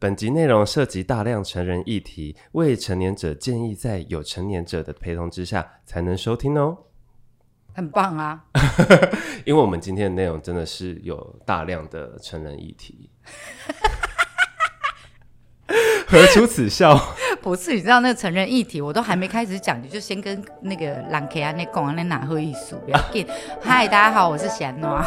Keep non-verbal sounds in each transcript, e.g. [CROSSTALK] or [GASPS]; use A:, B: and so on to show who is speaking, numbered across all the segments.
A: 本集内容涉及大量成人议题，未成年者建议在有成年者的陪同之下才能收听哦。
B: 很棒啊！ [COUGHS]
A: 因为我们今天的内容真的是有大量的成人议题。何出此笑？
B: 不是，你知道那个成人议题，我都还没开始讲，你就先跟那个朗 K 啊、那贡啊、那哪喝一宿，不要
A: [LAUGHS]
B: 紧。嗨，大家好，我是贤诺。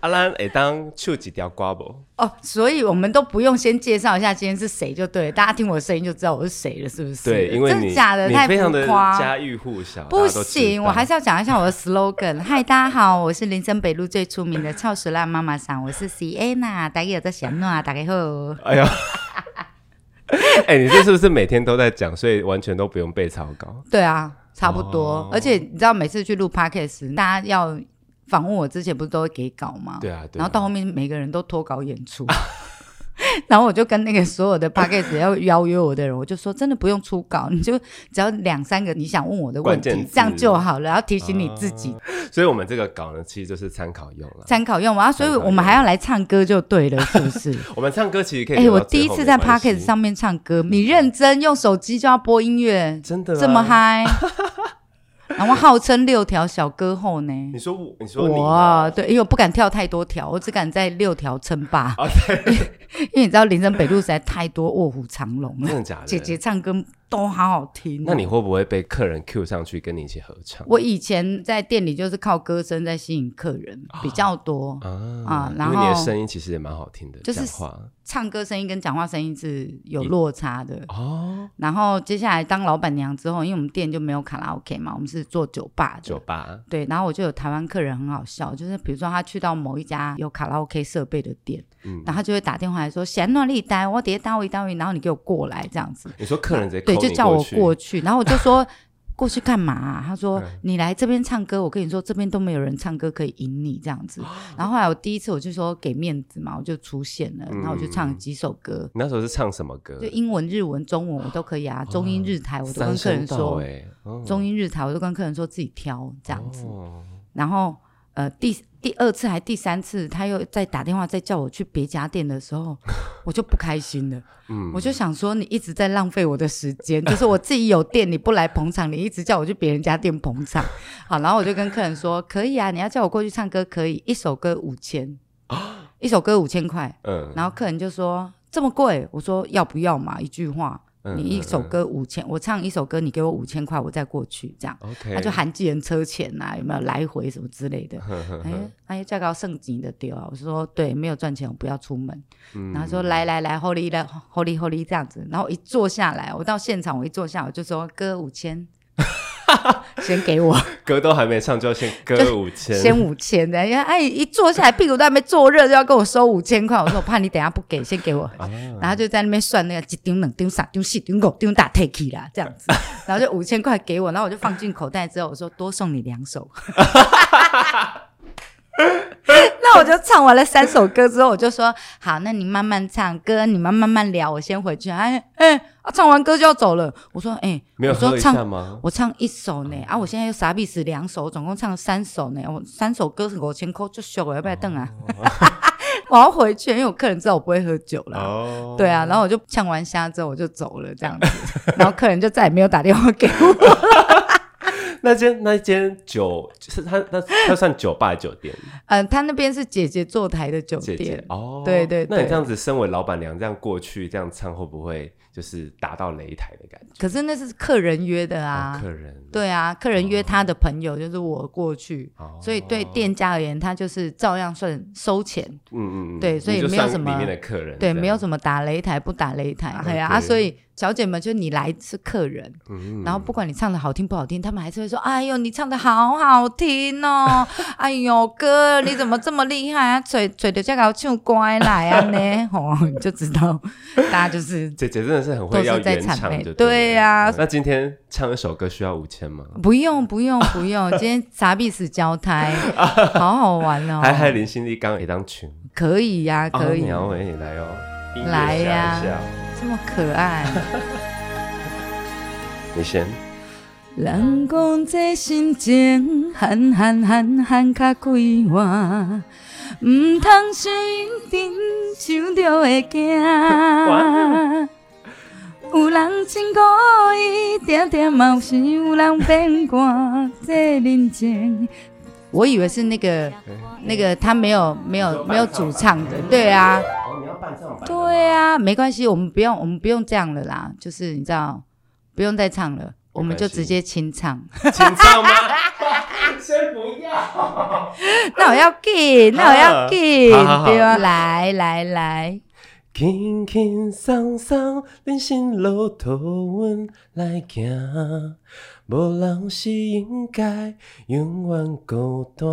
A: 阿兰会当唱几条歌不？
B: 哦，所以我们都不用先介绍一下今天是谁就对了，大家听我的声音就知道我是谁了，是不是？
A: 对，因为
B: 真
A: 你
B: 的假的
A: 你
B: 太
A: 非常
B: 浮
A: 的
B: 夸，
A: 家喻户晓，
B: 不
A: 大家都知
B: 行，我
A: 道
B: 还是要讲一下我的 slogan。嗨，大家好，我是林森北路最出名的超熟辣妈妈桑，我是 C A 娜，大家有在想啊，大家好。
A: 哎呀，哎、你这是不是每天都在讲，所以完全都不用背草稿？
B: 对啊，差不多。
A: 哦
B: 而且你知道，每次去录 podcast，大家要访问我之前，不是都会给稿吗？
A: 对啊，对啊
B: 然后到后面，每个人都脱稿演出。 [LAUGHS] 然后我就跟那个所有的 p a c k a g e 要邀约我的人，我就说真的不用出稿，你就只要两三个你想问我的问
A: 关键啊
B: 题，
A: 字
B: 这样就好了。然后提醒你自己
A: 所以我们这个稿呢，其实就是参考用了。
B: 参考用嘛。啊然后所以
A: 参考
B: 我们还要来唱歌就对了，是不是？
A: 我们唱歌其实 [LAUGHS] 可以
B: 哎、
A: 留
B: 我
A: 到最
B: 第一
A: 后
B: 次
A: 没
B: 在 p
A: 关
B: o c k e t
A: 系
B: 上面唱歌，你认真用手机就要播音乐，
A: 真的、啊、
B: 这么？嗨， [LAUGHS] 然后号称六条小歌后呢。
A: 你说我，你说你啊，
B: 哇，对，因为我不敢跳太多条，我只敢在六条称
A: [LAUGHS]
B: 霸。
A: 啊
B: [LAUGHS] 因为你知道林森北路实在太多卧虎藏龙
A: 真
B: 了，
A: 的假的？
B: 姐姐，唱歌都好好听哦、
A: 那你会不会被客人 Q 上去跟你一起合唱？
B: 我以前在店里就是靠歌声在吸引客人比较多，
A: 啊
B: 啊然
A: 因为你的
B: 后
A: 声音其实也蛮好听的，
B: 就是
A: 讲话
B: 唱歌声音跟讲话声音是有落差的。
A: 哦，
B: 然后接下来当老板娘之后，因为我们店就没有卡拉 OK 嘛，我们是做酒吧
A: 酒
B: 的。
A: 吧
B: 对，然后我就有台湾客人很好笑，就是比如说他去到某一家有卡拉 OK 设备的店，
A: 嗯
B: 然后他就会打电话来说：“贤暖丽呆，我底下单位单位，然后你给我过来这样子。
A: 你说客人直”接
B: 对，
A: call
B: 就
A: 你
B: 叫我
A: 去
B: 过去，然后我就说 [LAUGHS] 过去干嘛啊、他说
A: 嗯：“
B: 你来这边唱歌，我跟你说这边都没有人唱歌可以赢你
A: [GASPS]
B: 这样子。”然后后来我第一次我就说给面子嘛，我就出现了，然后我就唱了
A: 嗯
B: 几首歌。
A: 你那时候是唱什么歌？
B: 就英文、日文、中文我都可以啊，中英日台我
A: 嗯
B: 都
A: 三
B: 跟客
A: 声
B: 人
A: 道
B: 说，
A: 哎，哦
B: 中英日台我都跟客人说自己挑这样子。
A: 哦
B: 然后呃，第第二次还第三次，他又再打电话再叫我去别家店的时
A: [LAUGHS]
B: 候，我就不开心了。
A: 嗯
B: 我就想说，你一直在浪费我的时间，就是我自己有店你不来捧场，你一直叫我去别人家店捧场。好，然后我就跟客人说，可以啊，你要叫我过去唱歌可以，一首歌五
A: [GASPS]
B: 千，一首歌五千块。
A: 嗯
B: 然后客人就说这么贵，我说要不要嘛？一句话，
A: 嗯
B: 你一首歌五千，我唱一首歌，你给我五千块，我再过去这样。
A: OK，
B: 他就含计人车钱呐、有没有来回什么之类的？
A: 呵呵呵
B: 哎，哎，价高盛极的丢啊！我说对，没有赚钱，我不要出门。
A: 嗯
B: 然后说来来来，Holy 来 Holy Holy 这样子。然后一坐下来，我到现场，我一坐下，我就说哥五千，先给我，
A: 歌都还没唱就要先歌五千，
B: 先五千的。因为哎，一坐下来屁股都还没坐热，就要跟我收五千块。我说我怕你等一下不给，先
A: [LAUGHS]
B: 给我。
A: 啊
B: 然后就在那边算那个一丢两丢三丢四丢五丢打 take 啦，这样
A: [LAUGHS]
B: 子，然后就五千块给我，然后我就放进口袋之后，我说多送你两首。 [LAUGHS] 那我就唱完了三首歌之后，我就说好，那你慢慢唱歌，你们慢慢聊，我先回去。哎哎、啊唱完歌就要走了。我说哎、
A: 没有
B: 我说
A: 喝一
B: 唱
A: 下吗？
B: 我唱一首呢，啊，我现在又傻逼死两首，总共唱了三首呢，我三首歌是五千块，就秀我要不要等啊？ [LAUGHS] 我要回去，因为我客人知道我不会喝酒啦。
A: 哦
B: 对啊，然后我就呛完虾之后我就走了这样子， [LAUGHS] 然后客人就再也没有打电话给我。 [LAUGHS]
A: 那间那间酒就是它它它算酒吧酒店，
B: 嗯，他那边是姐姐坐台的酒
A: 姐
B: 店，
A: 姐哦，
B: 对对
A: 那你
B: 对
A: 这样子身为老板娘这样过去这样唱会不会就是打到擂台的感觉？
B: 可是那是客人约的
A: 哦
B: 啊。
A: 客人
B: 对啊，客人约他的朋友就是我过去，
A: 哦
B: 所以对店家而言，他就是照样算收钱，
A: 嗯嗯嗯
B: 对所以
A: 你就
B: 没有
A: 算
B: 什么
A: 里面的客人
B: 对，没有
A: 么
B: 什么打擂台不打擂台，对啊，
A: OK
B: 啊所以小姐们就你来是客人，
A: 嗯
B: 然后不管你唱的好听不好听，他们还是会说：“哎呦，你唱的好好听哦！哎呦，哥，你怎么这么厉害啊？嘴嘴的这个唱乖来啊呢？” [LAUGHS] 哦，你就知道大家就是
A: 姐姐真的是很
B: 都
A: 会要
B: 是在
A: 原
B: 谄
A: 唱
B: 媚
A: 就。了嗯
B: 对呀、
A: 那今天唱一首歌需要五千吗？
B: 不用不用不用，今天傻逼死交胎，好好玩哦！
A: 还还林心力刚一当群，
B: 可以呀、可以。
A: 鸟尾来哦。音乐
B: 来呀
A: 想一下，
B: 这么可爱。
A: 你先。
B: 人讲这心情，寒寒寒寒较快活，毋通随阵想着会惊。有人真故意，点点嘛是有人变卦，这人情。我以为是那个那个他没有没有没有主唱的，对啊。
A: 哦，你要伴唱版
B: 对啊，没关系，我们不用，我们不用这样了啦，就是你知道，不用再唱了，我们就直接清唱。
A: 请唱吗？先不要。
B: 那我要给，那我要给，
A: 好好好
B: 对啊，来来来，
A: 轻轻松松，人生路途阮来行，无人是应该永远孤单。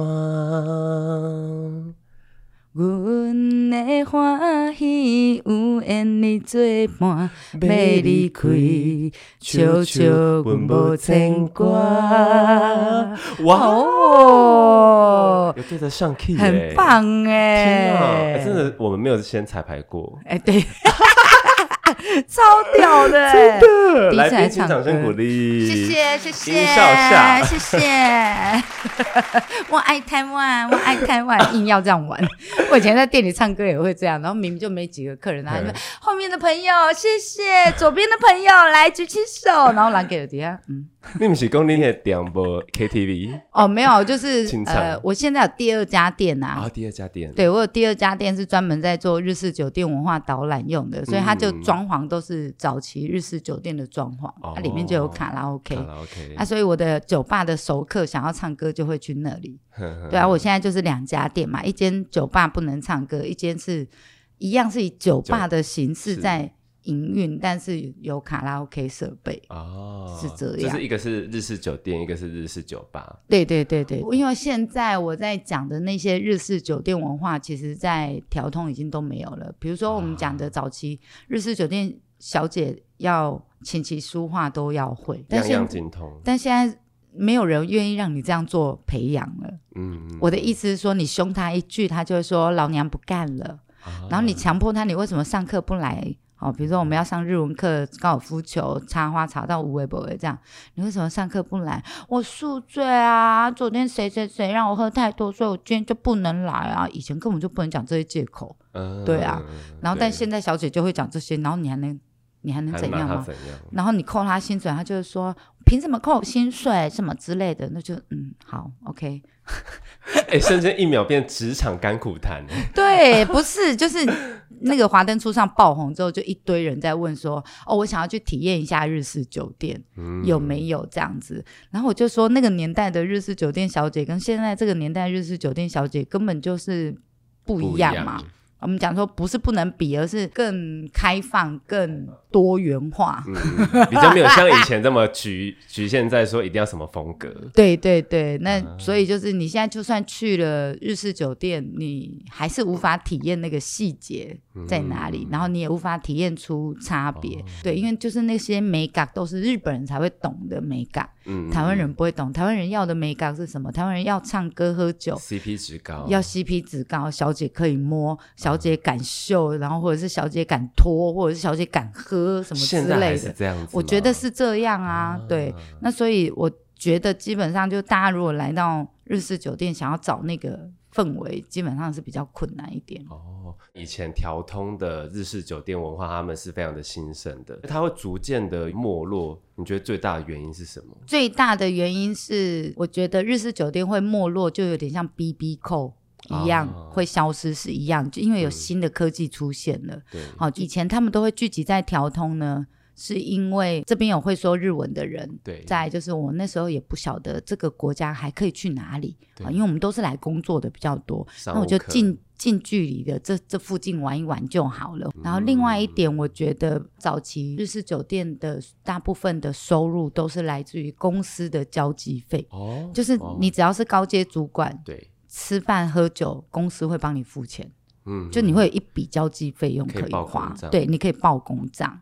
B: 阮的欢喜有缘你作伴，要离开，笑笑阮无牵挂。
A: 哇，
B: 哦，
A: 有对得上 key，耶
B: 很！棒
A: 天啊，
B: 哎
A: 哎，真的，我们没有先彩排过。
B: 哎对， [LAUGHS] 超屌的， [LAUGHS] 真的。第一次
A: 来
B: 来
A: 宾请
B: 唱
A: 掌声鼓
B: 歌
A: 励，
B: 谢谢谢谢，
A: 音效下
B: 谢
A: [LAUGHS]
B: 谢。我爱台湾，我爱台湾，硬要这样玩。 [LAUGHS] 我以前在店里唱歌也会这样，然后明明就没几个客人，然后就
A: 嗯
B: 后面的朋友谢谢，左边的朋友来举起
A: [LAUGHS]
B: 手，然后拦给了底下，嗯，
A: 你不是讲你的点播
B: 啊
A: KTV，
B: 哦，没有，就是
A: 清唱嗯
B: 呃，我现在有第二家店
A: 然
B: 啊
A: 后。哦第二家店，
B: 对，我有第二家店是专门在做日式酒店文化导览用的，所以它就装潢都是早期日式酒店的装潢，它、
A: 嗯哦
B: 里面就有卡拉 OK，
A: 卡拉 OK，
B: 啊，所以我的酒吧的熟客想要唱歌就会去那里。
A: 嗯
B: 对啊，我现在就是两家店嘛，一间酒吧不能唱歌，一间是一样是以酒吧的形式
A: 是
B: 在营运，但是有卡拉 OK 设备。
A: 哦，
B: 是这
A: 就
B: 样
A: 是一个是日式酒店，一个是日式酒吧，
B: 对对对对，因为现在我在讲的那些日式酒店文化，其实在调通已经都没有了。比如说我们讲的早期日式酒店小姐要琴棋书画都要会，但
A: 样
B: 是
A: 样精通。
B: 但现在没有人愿意让你这样做培养了。
A: 嗯
B: 我的意思是说，你凶他一句，他就会说老娘不干了。
A: 啊
B: 然后你强迫他，你为什么上课不来？好，比如说我们要上日文课、高尔夫球、插花、草到无为不为这样，你为什么上课不来？我宿醉啊，昨天谁谁谁让我喝太多，所以我今天就不能来啊。以前根本就不能讲这些借口，
A: 嗯
B: 对啊，然后但
A: 对
B: 现在小姐就会讲这些，然后你还能你还能
A: 还
B: 怎
A: 骂
B: 样
A: 他
B: 吗？
A: 怎样？
B: 然后你扣他薪水，他就会说凭什么扣我薪水什么之类的，那就嗯好，OK。
A: 哎，瞬间一秒变职场甘苦谈，欸
B: [LAUGHS] 对，不是，就是那个《华灯初上》爆红之后，就一堆人在问说：“哦，我想要去体验一下日式酒店，
A: 嗯
B: 有没有这样子？”然后我就说，那个年代的日式酒店小姐跟现在这个年代的日式酒店小姐根本就是不一样嘛。？我们讲说不是不能比，而是更开放、更多元化。
A: 嗯，比较没有像以前这么局局限在说一定要什么风格。
B: 对对对，那
A: 啊
B: 所以就是你现在就算去了日式酒店，你还是无法体验那个细节 [LAUGHS] 在哪里，
A: 嗯
B: 然后你也无法体验出差别。
A: 哦
B: 对，因为就是那些美感都是日本人才会懂的美感，
A: 嗯，
B: 台湾人不会懂。台湾人要的美感是什么？台湾人要唱歌、喝酒。
A: CP 值高，
B: 要 CP 值高，小姐可以
A: 哦
B: 摸，小姐敢秀，然后或者是小姐敢拖，或者是小姐敢喝什么之
A: 现在还
B: 类
A: 是
B: 的。
A: 这样子吗，嗯
B: 我觉得是这样啊，对。那所以我觉得基本上就大家如果来到日式酒店，想要找那个氛围，基本上是比较困难一点。
A: 哦，以前调通的日式酒店文化，他们是非常的兴盛的，它会逐渐的没落。你觉得最大的原因是什么？
B: 最大的原因是，我觉得日式酒店会没落，就有点像 B B 扣一样、
A: 哦
B: 会消失是一样，就因为有
A: 嗯
B: 新的科技出现了。
A: 对，
B: 好、以前他们都会聚集在调通呢，是因为这边有会说日文的人，
A: 对，
B: 再来就是我那时候也不晓得这个国家还可以去哪里
A: 对
B: 啊，因为我们都是来工作的比较多，
A: 商
B: 那我
A: 务
B: 就
A: 客
B: 近近距离的这这附近玩一玩就好了。然后
A: 嗯
B: 另外一点，我觉得早期日式酒店的大部分的收入都是来自于公司的交际费，
A: 哦，
B: 就是你
A: 哦
B: 只要是高阶主管，
A: 对
B: 吃饭喝酒，公司会帮你付钱。
A: 嗯，
B: 就你会有一笔交际费用
A: 可以
B: 可以
A: 报公
B: 花
A: 账，
B: 对，你可以报公账，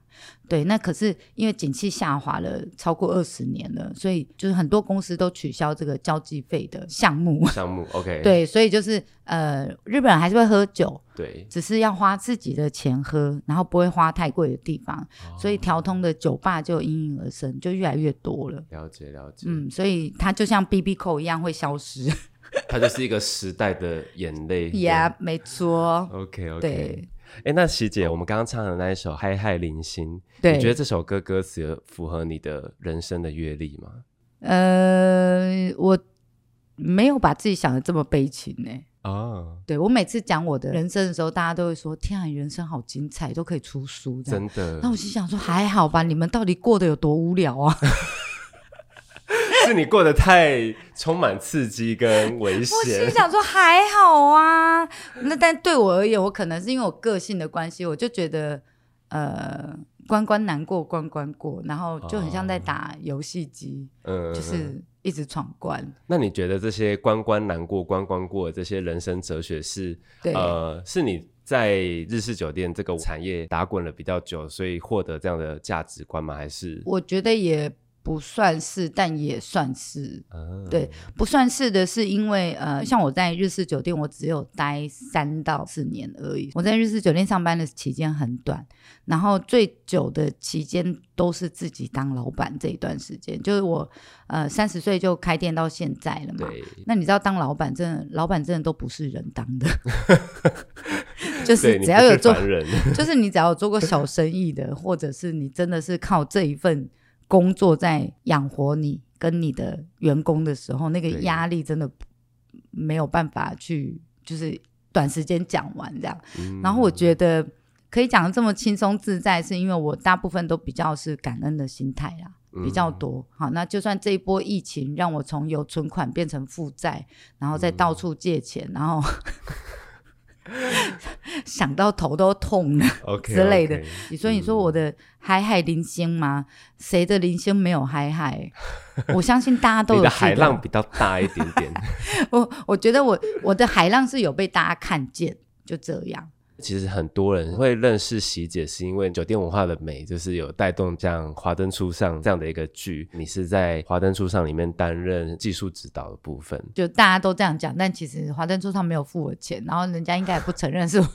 B: 对。那可是因为景气下滑了超过二十年了，所以就是很多公司都取消这个交际费的项目，
A: 项目 OK，
B: 对，所以就是呃，日本人还是会喝酒，
A: 对，
B: 只是要花自己的钱喝，然后不会花太贵的地方，
A: 哦
B: 所以调通的酒吧就应运而生，就越来越多了。
A: 哦了解了解，
B: 嗯，所以它就像 B B 扣一样会消失。
A: 它就是一个时代的眼泪。
B: yeah，没错，
A: OK 哦 OK，
B: 对
A: 哎、那喜姐，我们刚刚唱的那一首《嗨嗨零星》，
B: 对。
A: 你觉得这首歌歌词有符合你的人生的阅历吗？
B: 呃，我没有把自己想的这么悲情呢、
A: 哦，
B: 对我每次讲我的人生的时候，大家都会说：“天啊，你人生好精彩，都可以出书。”这样。
A: 真的
B: 那，我心想说：“还好吧，你们到底过得有多无聊啊？
A: [LAUGHS] 是你过得太充满刺激跟危”
B: 我心
A: 险。
B: 想说：“还好啊。”那但对我而言，我可能是因为我个性的关系，我就觉得呃，关关难过关关过，然后就很像在打游戏机，
A: [LAUGHS] 嗯
B: 就是一直闯关。
A: 那你觉得这些关关难过关关过的这些人生哲学是
B: 对，
A: 呃，是你在日式酒店这个产业打滚了比较久，所以获得这样的价值观吗？还是
B: 我觉得也不算是，但也算是。
A: 嗯，
B: 对，不算是的是因为呃，像我在日式酒店，我只有待三到四年而已。我在日式酒店上班的期间很短，然后最久的期间都是自己当老板这一段时间，就是我呃三十岁就开店到现在了嘛。
A: 对，
B: 那你知道当老板真的，老板真的都不是人当
A: [LAUGHS]
B: 的，
A: 对
B: 就是
A: 你不
B: 只要有
A: 是
B: 做
A: 凡人， [LAUGHS]
B: 就是你只要有做过小生意的，或者是你真的是靠这一份工作在养活你跟你的员工的时候，那个
A: 对
B: 压力真的没有办法去，就是短时间讲完这样。
A: 嗯
B: [LAUGHS] 然后我觉得可以讲的这么轻松自在，是因为我大部分都比较是感恩的心态啦。比较
A: 嗯
B: 多。好，那就算这一波疫情让我从有存款变成负债，然后再到处借钱，然后 [LAUGHS] 想到头都痛了。
A: OK
B: 之类的
A: OK
B: 所以你
A: 嗯
B: 说我的海海零星吗？谁的零星没有海海？我相信大家都有
A: 你的
B: 自己
A: 海浪。比较大一点点。
B: 我我觉得我我的海浪是有被大家看见，就这样。
A: 其实很多人会认识喜姐，是因为酒店文化的美，就是有带动像《华灯初上》这样的一个剧。你是在《华灯初上》里面担任技术指导的部分，
B: 就大家都这样讲，但其实华灯初上没有付我钱，然后人家应该也不承认
A: [LAUGHS]
B: 是我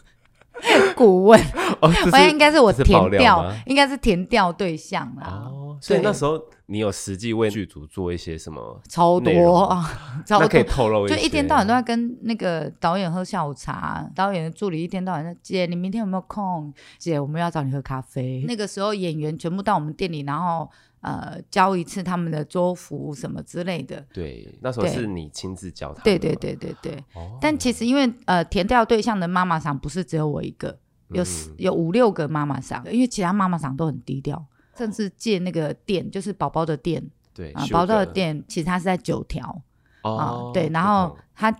B: 顾问。
A: [LAUGHS]
B: [LAUGHS]
A: 哦，这
B: 我
A: 是
B: 应该是我
A: 这是爆
B: 填
A: 料
B: 掉
A: 吗，
B: 应该是填掉对象啦，
A: 哦，所以
B: 对
A: 那时候你有实际为剧组做一些什么？
B: 超
A: 内容
B: 多啊， [LAUGHS] 超
A: 那可以
B: 多。
A: 透露一
B: 就
A: 些
B: 一天到晚都在跟那个导演喝下午茶，导演的助理一天到晚在姐，你明天有没有空？姐，我们要找你喝咖啡。那个时候演员全部到我们店里，然后呃教一次他们的桌服什么之类的。
A: 对，那时候
B: 对
A: 是你亲自教他，
B: 对对，对对对。
A: 哦，
B: 但其实因为呃填掉对象的妈妈桑不是只有我一个，有、四有五六个妈妈桑，因为其他妈妈桑都很低调，甚至借那个店，就是宝宝的店
A: 对
B: 啊，
A: Sugar
B: 宝宝的店其实它是在九条、
A: 哦
B: 啊，，对，然
A: 我
B: 后
A: 懂
B: 他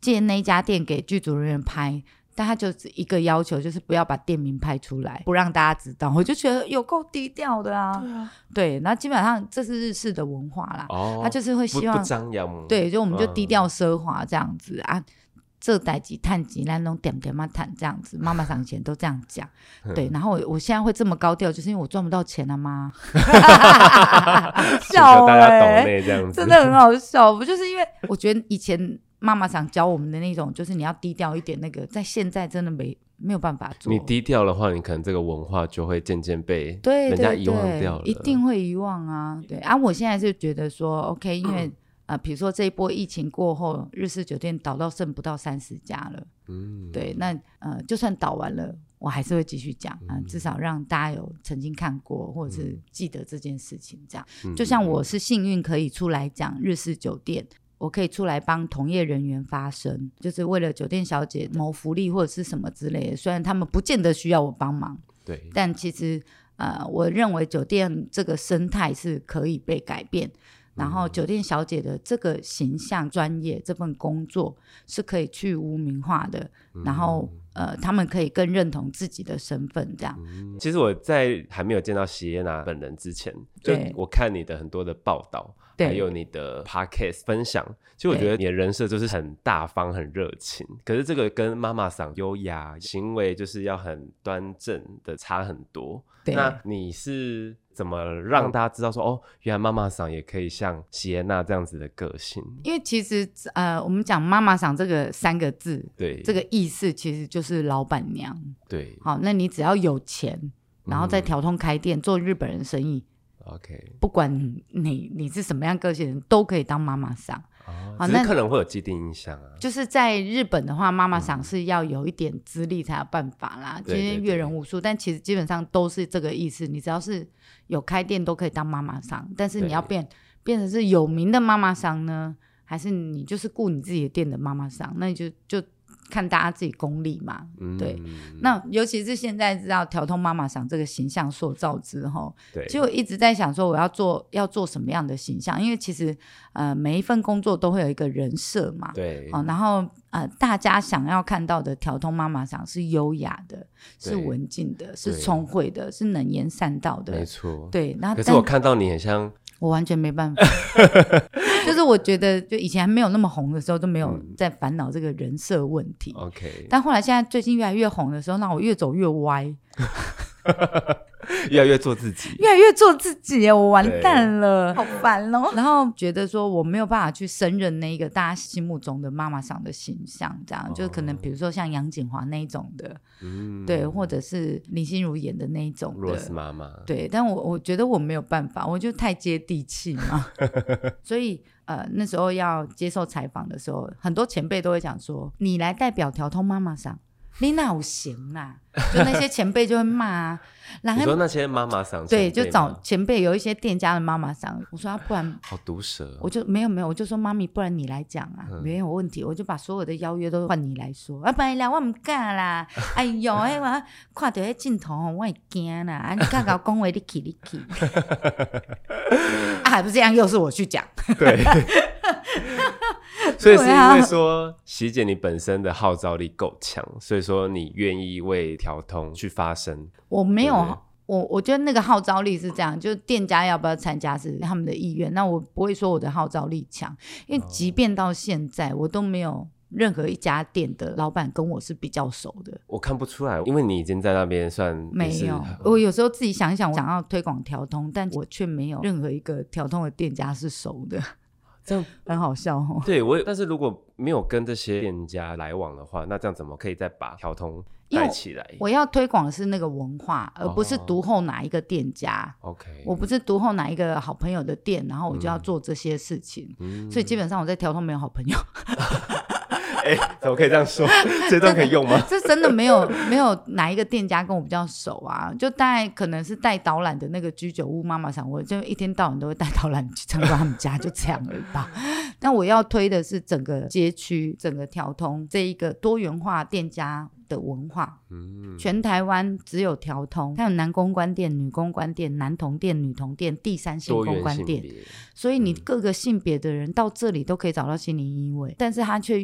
B: 借那一家店给剧组人员拍。但他就是一个要求，就是不要把店名拍出来，不让大家知道。我就觉得有够低调的啊，对啊，对。然后基本上这是日式的文化啦，
A: 哦，
B: 他就是会
A: 不
B: 希
A: 不
B: 望
A: 张扬，
B: 对，就我们就
A: 嗯 [LAUGHS]
B: 低调奢华这样子、啊。这代几探几，咱拢点点嘛探这样子，妈妈上前都这样
A: [LAUGHS]
B: 讲，对。然后我我现在会这么高调，就是因为我赚不到钱
A: [LAUGHS]
B: 了吗？
A: 请求
B: 笑
A: 大家
B: 哎、
A: 懂内这 [LAUGHS] 样子，
B: 真的很好笑。不就是因为我觉得以前妈妈想教我们的那种，就是你要低调一点，那个在现在真的没没有办法做。
A: 你低调的话，你可能这个文化就会渐渐被
B: 对
A: 人家
B: 对
A: 遗忘
B: 对
A: 掉了，
B: 一定会遗忘啊。对啊，我现在是觉得说，OK，因
A: [CLEARS THROAT]
B: 为啊，比如说这一波疫情过后，日式酒店倒到剩不到三十家了。
A: 嗯，
B: 对，那呃，就算倒完了，我还是会继续讲啊、
A: 嗯
B: 至少让大家有曾经看过或者是记得这件事情。这样，
A: 嗯，
B: 就像我是幸运可以出来讲日式酒店。我可以出来帮同业人员发声，就是为了酒店小姐谋福利或者是什么之类的。虽然他们不见得需要我帮忙，
A: 对，
B: 但其实呃，我认为酒店这个生态是可以被改变，
A: 嗯
B: 然后酒店小姐的这个
A: 嗯
B: 形象、专业这份工作是可以去污名化的，然后呃，他们可以更认同自己的身份这样。
A: 其实我在还没有见到席耶娜本人之前，就
B: 对
A: 我看你的很多的报道，
B: 对
A: 还有你的 podcast 分享，其实我
B: 对
A: 觉得你的人设就是很大方、很热情，可是这个跟妈妈桑优雅行为就是要很端正的差很多。
B: 对，
A: 那你是怎么让大家知道说，哦，原来妈妈桑也可以像席耶娜这样子的个性？
B: 因为其实呃，我们讲“妈妈桑”这个三个字，
A: 对，
B: 这个意思其实就是老板娘。
A: 对
B: 好，那你只要有钱，然后再
A: 嗯
B: 调通开店、做日本人生意，
A: ，OK，
B: 不管你你是什么样个性的人，都可以当妈妈桑。
A: 哦，
B: 好
A: 只是
B: 那
A: 可能会有既定印象啊。
B: 就是在日本的话，妈妈桑是要有一点资历才有办法啦，今
A: 嗯对
B: 天
A: 对
B: 阅人无数，但其实基本上都是这个意思。你只要是有开店都可以当妈妈桑，但是
A: 对
B: 你要变变成是有名的妈妈桑呢，还是你就是雇你自己的店的妈妈桑？那你就就看大家自己功力嘛。
A: 嗯，
B: 对那尤其是现在知道调通妈妈桑这个形象塑造之后，
A: 对，
B: 其实我一直在想说，我要做要做什么样的形象？因为其实呃，每一份工作都会有一个人设嘛。
A: 对，
B: 哦，然后呃，大家想要看到的调通妈妈桑是优雅的，是
A: 对
B: 文静的，是
A: 对
B: 聪慧的，是能言善道
A: 没
B: 的。
A: 错。
B: 对，那
A: 可是
B: 但
A: 我看到你很像
B: 我完全没
A: [LAUGHS]
B: 办法，就是我觉得就以前还没有那么红的时候都没有
A: 嗯
B: 在烦恼这个人设问题，
A: 哦 OK，
B: 但后来现在最近越来越红的时候，那我越走越歪，
A: 越来越做自
B: [LAUGHS]
A: 己。
B: 越来越做自己耶，我完
A: 对
B: 蛋了，好烦哦。然后觉得说我没有办法去胜任那一个大家心目中的妈妈桑的形象，这样、
A: 哦
B: 就可能比如说像杨锦华那一种的，
A: 嗯，
B: 对，或者是林心如演的那一种的。
A: ，Rose 妈妈，
B: 对，但我我觉得我没有办法，我就太接地气
A: [LAUGHS]
B: 嘛。所以呃，那时候要接受采访的时候，很多前辈都会讲说：“你来代表调通妈妈桑，你哪有行啦、就那些前辈就会骂啊，然
A: [LAUGHS] 你
B: 后
A: 说那些妈妈桑，长辈
B: 对，就找
A: 吗
B: 前辈有一些店家的妈妈桑，我说啊，不然
A: 好毒舌哦
B: 我就没有没有，我就说妈咪，不然你来讲啊，
A: 嗯
B: 没有问题，我就把所有的邀约都换你来说，啊，拜啦，我唔敢啦，
A: [LAUGHS]
B: 哎呦，哎我看到迄镜头吼，我会惊啦，啊，你刚搞恭维你去你
A: [LAUGHS]
B: 去，啊，还不是一样，又是我去讲，
A: 哦，
B: [LAUGHS]
A: 对，所以是
B: 对
A: 因
B: 啊
A: 为说喜姐你本身的号召力够强，所以说你愿意为调通去发声，
B: 我没有
A: 对。
B: 我我觉得那个号召力是这样，就是店家要不要参加是他们的意愿。那我不会说我的号召力强，因为
A: 哦
B: 即便到现在，我都没有任何一家店的老板跟我是比较熟的。
A: 我看不出来，因为你已经在那边算也
B: 没
A: 是嗯
B: 有，我有时候自己想一想，我想要推广调通，但我却没有任何一个调通的店家是熟的， [LAUGHS]
A: 这样。
B: 很好笑哦。
A: 对我也，但是如果没有跟这些店家来往的话，那这样怎么可以再把调通
B: 因为
A: 带
B: 我
A: 起来
B: 我要推广的是那个文化，而不是
A: 哦
B: 独后哪一个店家。
A: ？OK，
B: 我不是独后哪一个好朋友的店，然后我就要做这些事情。
A: 嗯
B: 所以基本上我在调通没有好朋友。
A: 哎、怎么可以这样
B: [LAUGHS]
A: 说？这段可以用吗？
B: 这真的没有没有哪一个店家跟我比较熟啊，就大概可能是带导览的那个居酒屋妈妈桑，我就一天到晚都会带导览去 [LAUGHS] 参观他们家，就这样而已吧。但我要推的是整个街区、整个调通这一个多元化店家的文化。
A: 嗯，
B: 全台湾只有调通，它有男公关店、女公关店、男童店、女童店、第三性
A: 多
B: 公
A: 元
B: 关
A: 性
B: 店，
A: 别，
B: 所以你
A: 嗯
B: 各个性别的人到这里都可以找到心灵依偎，但是他却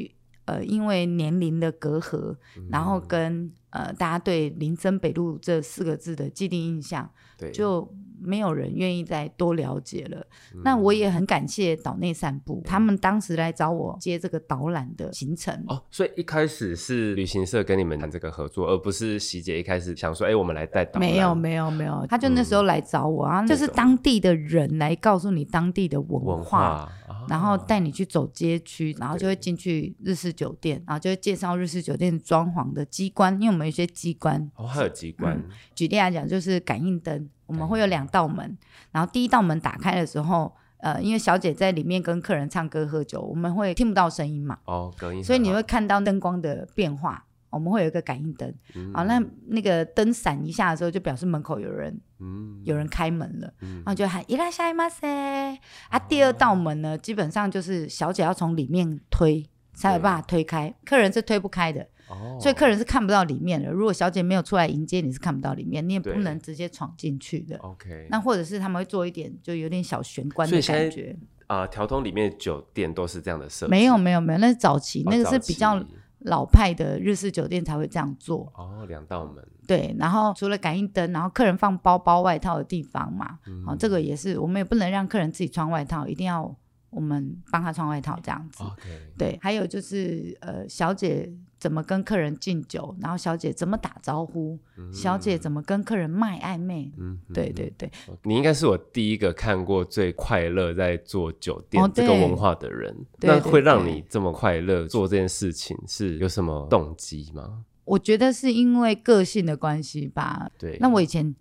B: 呃因为年龄的隔阂，
A: 嗯
B: 然后跟呃大家对林森北路这四个字的既定印象，
A: 对，
B: 就没有人愿意再多了解了。
A: 嗯
B: 那我也很感谢岛内散步，他们当时来找我接这个导览的行程。
A: 哦，所以一开始是旅行社跟你们谈这个合作，而不是喜姐一开始想说，哎、我们来带导览嗯
B: 没有没有没有，他就那时候来找我啊，就是当地的人来告诉你当地的
A: 文
B: 文化
A: 化，啊
B: 然后带你去走街区，然后就会进去日式酒店，然后就会介绍日式酒店装潢的机关，因为我们有一些机关，
A: 哦，还有机关，
B: 举例来讲就是感应灯，我们会有两道门，然后第一道门打开的时候，呃，因为小姐在里面跟客人唱歌喝酒，我们会听不到声音嘛，
A: 哦，隔音很好，
B: 所以你会看到灯光的变化。我们会有一个感应灯，好、那那个灯闪一下的时候，就表示门口有人
A: 嗯
B: 有人开门了，
A: 嗯
B: 然后哦就喊伊拉下马塞啊。第二道门呢，基本上就是小姐要从里面推才有办法推开，客人是推不开的，
A: 哦，
B: 所以客人是看不到里面的。如果小姐没有出来迎接，你是看不到里面，你也不
A: 对
B: 能直接闯进去的。
A: OK，
B: 那或者是他们会做一点就有点小玄关
A: 所
B: 的
A: 以现在
B: 感觉，
A: 啊，调、通里面的酒店都是这样的设计，
B: 没有没有没有，那是早期，
A: 哦，
B: 那个
A: 早
B: 是比较
A: 期
B: 老派的日式酒店才会这样做。
A: 哦，两道门，
B: 对，然后除了感应灯，然后客人放包包、外套的地方嘛，
A: 嗯
B: 好、这个也是我们也不能让客人自己穿外套，一定要我们帮他穿外套这样子。
A: OK，
B: 对，还有就是呃，小姐怎么跟客人敬酒，然后小姐怎么打招呼，小姐怎么跟客人卖暧昧，
A: 嗯，嗯
B: 对对对，
A: 你应该是我第一个看过最快乐在做酒店
B: 哦
A: 这个
B: 对
A: 文化的人。
B: 对
A: 那
B: 对
A: 会让
B: 对
A: 你这么快乐做这件事情，是有什么动机吗？
B: 我觉得是因为个性的关系吧。
A: 对，
B: 那我以前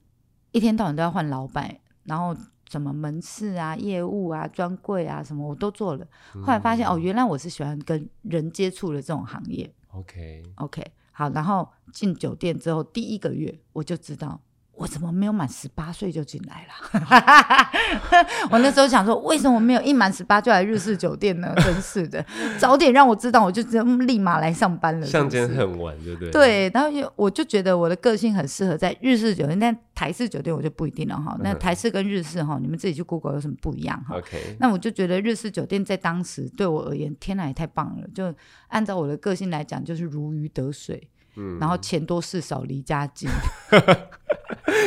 B: 一天到晚都要换老板，然后什么门市啊、业务啊、专柜啊什么我都做了，后来发现、
A: 嗯
B: 哦，原来我是喜欢跟人接触的这种行业。 [LAUGHS]
A: OK，
B: OK，好，然后进酒店之后第一个月我就知道。我怎么没有满十八岁就进来啦？ [LAUGHS] 我那时候想说，为什么没有一满十八就来日式酒店呢？真是的，早点让我知道，我就直接嗯立马来上班了。
A: 相
B: 是
A: 见
B: 不是
A: 恨晚，对不对？，
B: 对，然后又我就觉得我的个性很适合在日式酒店，但台式酒店我就不一定了哈。那
A: 嗯
B: 台式跟日式哈，你们自己去 Google 有什么不一样哈？
A: OK，
B: 那我就觉得日式酒店在当时对我而言，天哪也太棒了！就按照我的个性来讲，就是如鱼得水，
A: 嗯
B: 然后钱多事少离家近。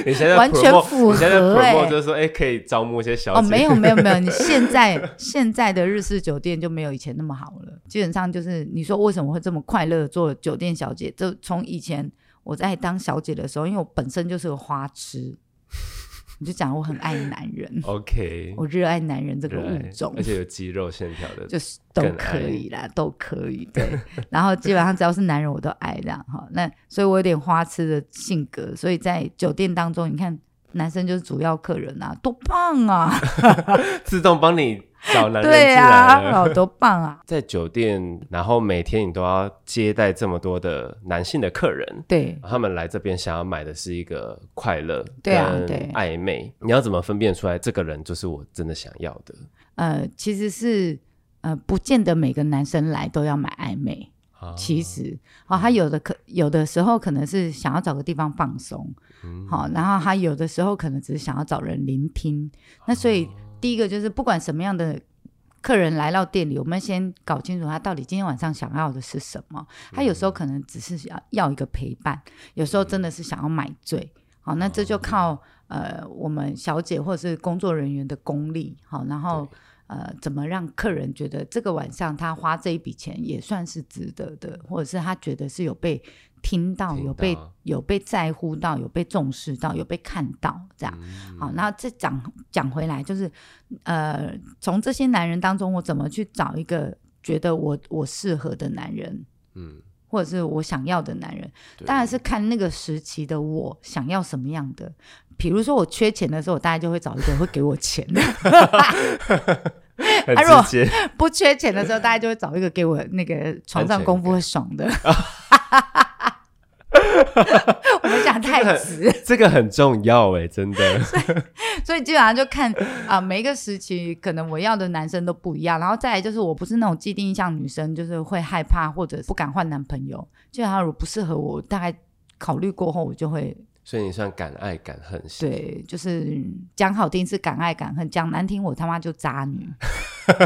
A: 你现在
B: 完全
A: promote-
B: 符
A: 你现在
B: 合
A: promote
B: 欸
A: 就是说，哎，可以招募一些小姐，，
B: 哦，没有没有没有，你现在现在的日式酒店就没有以前那么好了。基本上就是你说为什么会这么快乐地做酒店小姐？就从以前我在当小姐的时候，因为我本身就是个花痴， [LAUGHS] 你就讲我很爱男人
A: OK，
B: 我热爱男人这个
A: 哦热爱
B: 物种
A: 而。且有肌肉线条的，
B: 就是都
A: 更
B: 可以啦，都可以。对，然后基本上只要是男人我都爱这样哈。那所以我有点花痴的性格，所以在酒店当中，你看男生就是主要客人啊，多棒啊！ [LAUGHS]
A: 自动帮你找男人
B: 对
A: 进来了。
B: 啊，哦，多
A: [LAUGHS]
B: 棒啊！
A: 在酒店，然后每天你都要接待这么多的男性的客人，
B: 对，
A: 他们来这边想要买的是一个快乐，
B: 对啊对
A: 暧昧，你要怎么分辨出来这个人就是我真的想要的？
B: 呃，其实是呃，不见得每个男生来都要买暧
A: 啊
B: 昧。其实，哦，他有的可有的时候可能是想要找个地方放松，好、然后他有的时候可能只是想要找人聆听。那所以第一个就是，不管什么样的客人来到店里，我们先搞清楚他到底今天晚上想要的是什么。
A: 嗯
B: 他有时候可能只是要要一个陪伴，有时候真的是想要买醉。好，那这
A: 哦
B: 就靠呃我们小姐或者是工作人员的功力。好，然后呃怎么让客人觉得这个晚上他花这一笔钱也算是值得的，或者是他觉得是有被听到、
A: 听
B: 有被
A: 到
B: 有被在乎到、有被重视到、有被看到这样。
A: 嗯
B: 好，那这讲讲回来，就是呃，从这些男人当中，我怎么去找一个觉得我我适合的男人，
A: 嗯，
B: 或者是我想要的男人？
A: 对
B: 当然是看那个时期的我想要什么样的。比如说我缺钱的时候，我大概就会找一个会给我钱的； [LAUGHS]
A: 很
B: 啊如果
A: 直接， [LAUGHS]
B: 不缺钱的时候，大概就会找一个给我那个床上功夫会爽的。我们讲太直，
A: 这个很重要哎，真的，
B: 所以基本上就看啊、每一个时期可能我要的男生都不一样。然后再来就是，我不是那种既定印象女生，就是会害怕或者不敢换男朋友。就他如果不适合我，大概考虑过后，我就会
A: 所以你算敢爱敢恨型，
B: 对，就是讲好听是敢爱敢恨，讲难听我他妈就渣女。 [LAUGHS]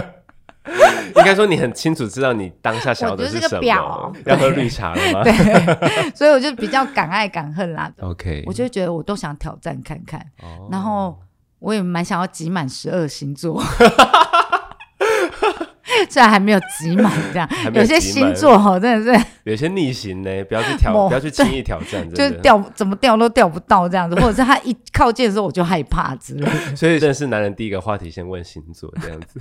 A: 应该说你很清楚知道你当下想要的
B: 我觉得
A: 什
B: 是个婊
A: 么，要喝绿茶了 [LAUGHS] 吗
B: 对，所以我就比较敢爱敢恨啦。
A: ？OK，
B: 我就觉得我都想挑战看看，
A: 哦
B: 然后我也蛮想要集满十二
A: [LAUGHS]
B: 星座。虽然还没有集满，这样
A: 还没
B: 有
A: 有
B: 些
A: 集
B: 星
A: 满
B: 座哦，真的是
A: 有些逆行呢，不要去挑，
B: 某
A: 不要去轻易挑
B: [LAUGHS]
A: 战，
B: 就
A: 真
B: 是
A: 的。
B: 钓怎么钓都钓不到这样子，或者是他一靠近的时候我就害怕之类的。 [LAUGHS]
A: 所以认识男人第一个话题先问星座这样子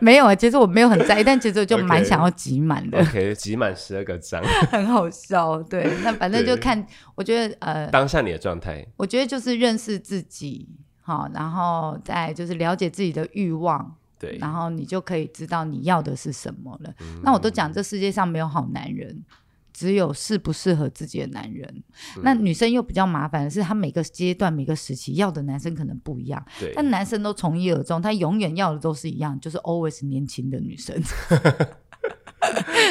B: 没有啊，其实我没有很在意，但其实我就蛮
A: OK
B: 想要集满的
A: ，OK，集满十二个
B: [LAUGHS]
A: 章，
B: 很好笑。对，那反正
A: 对
B: 就看，我觉得呃，
A: 当下你的状态，
B: 我觉得就是认识自己，好，然后再就是了解自己的欲望，
A: 对，嗯
B: 然后你就可以知道你要的是什么了。那我都讲，这世界上没有好男人。只有适不适合自己的男人，那女生又比较麻烦的是，她每个阶段、每个时期要的男生可能不一样，
A: 对，
B: 但男生都从一而终，他永远要的都是一样，就是 always 年轻的女生， [LAUGHS]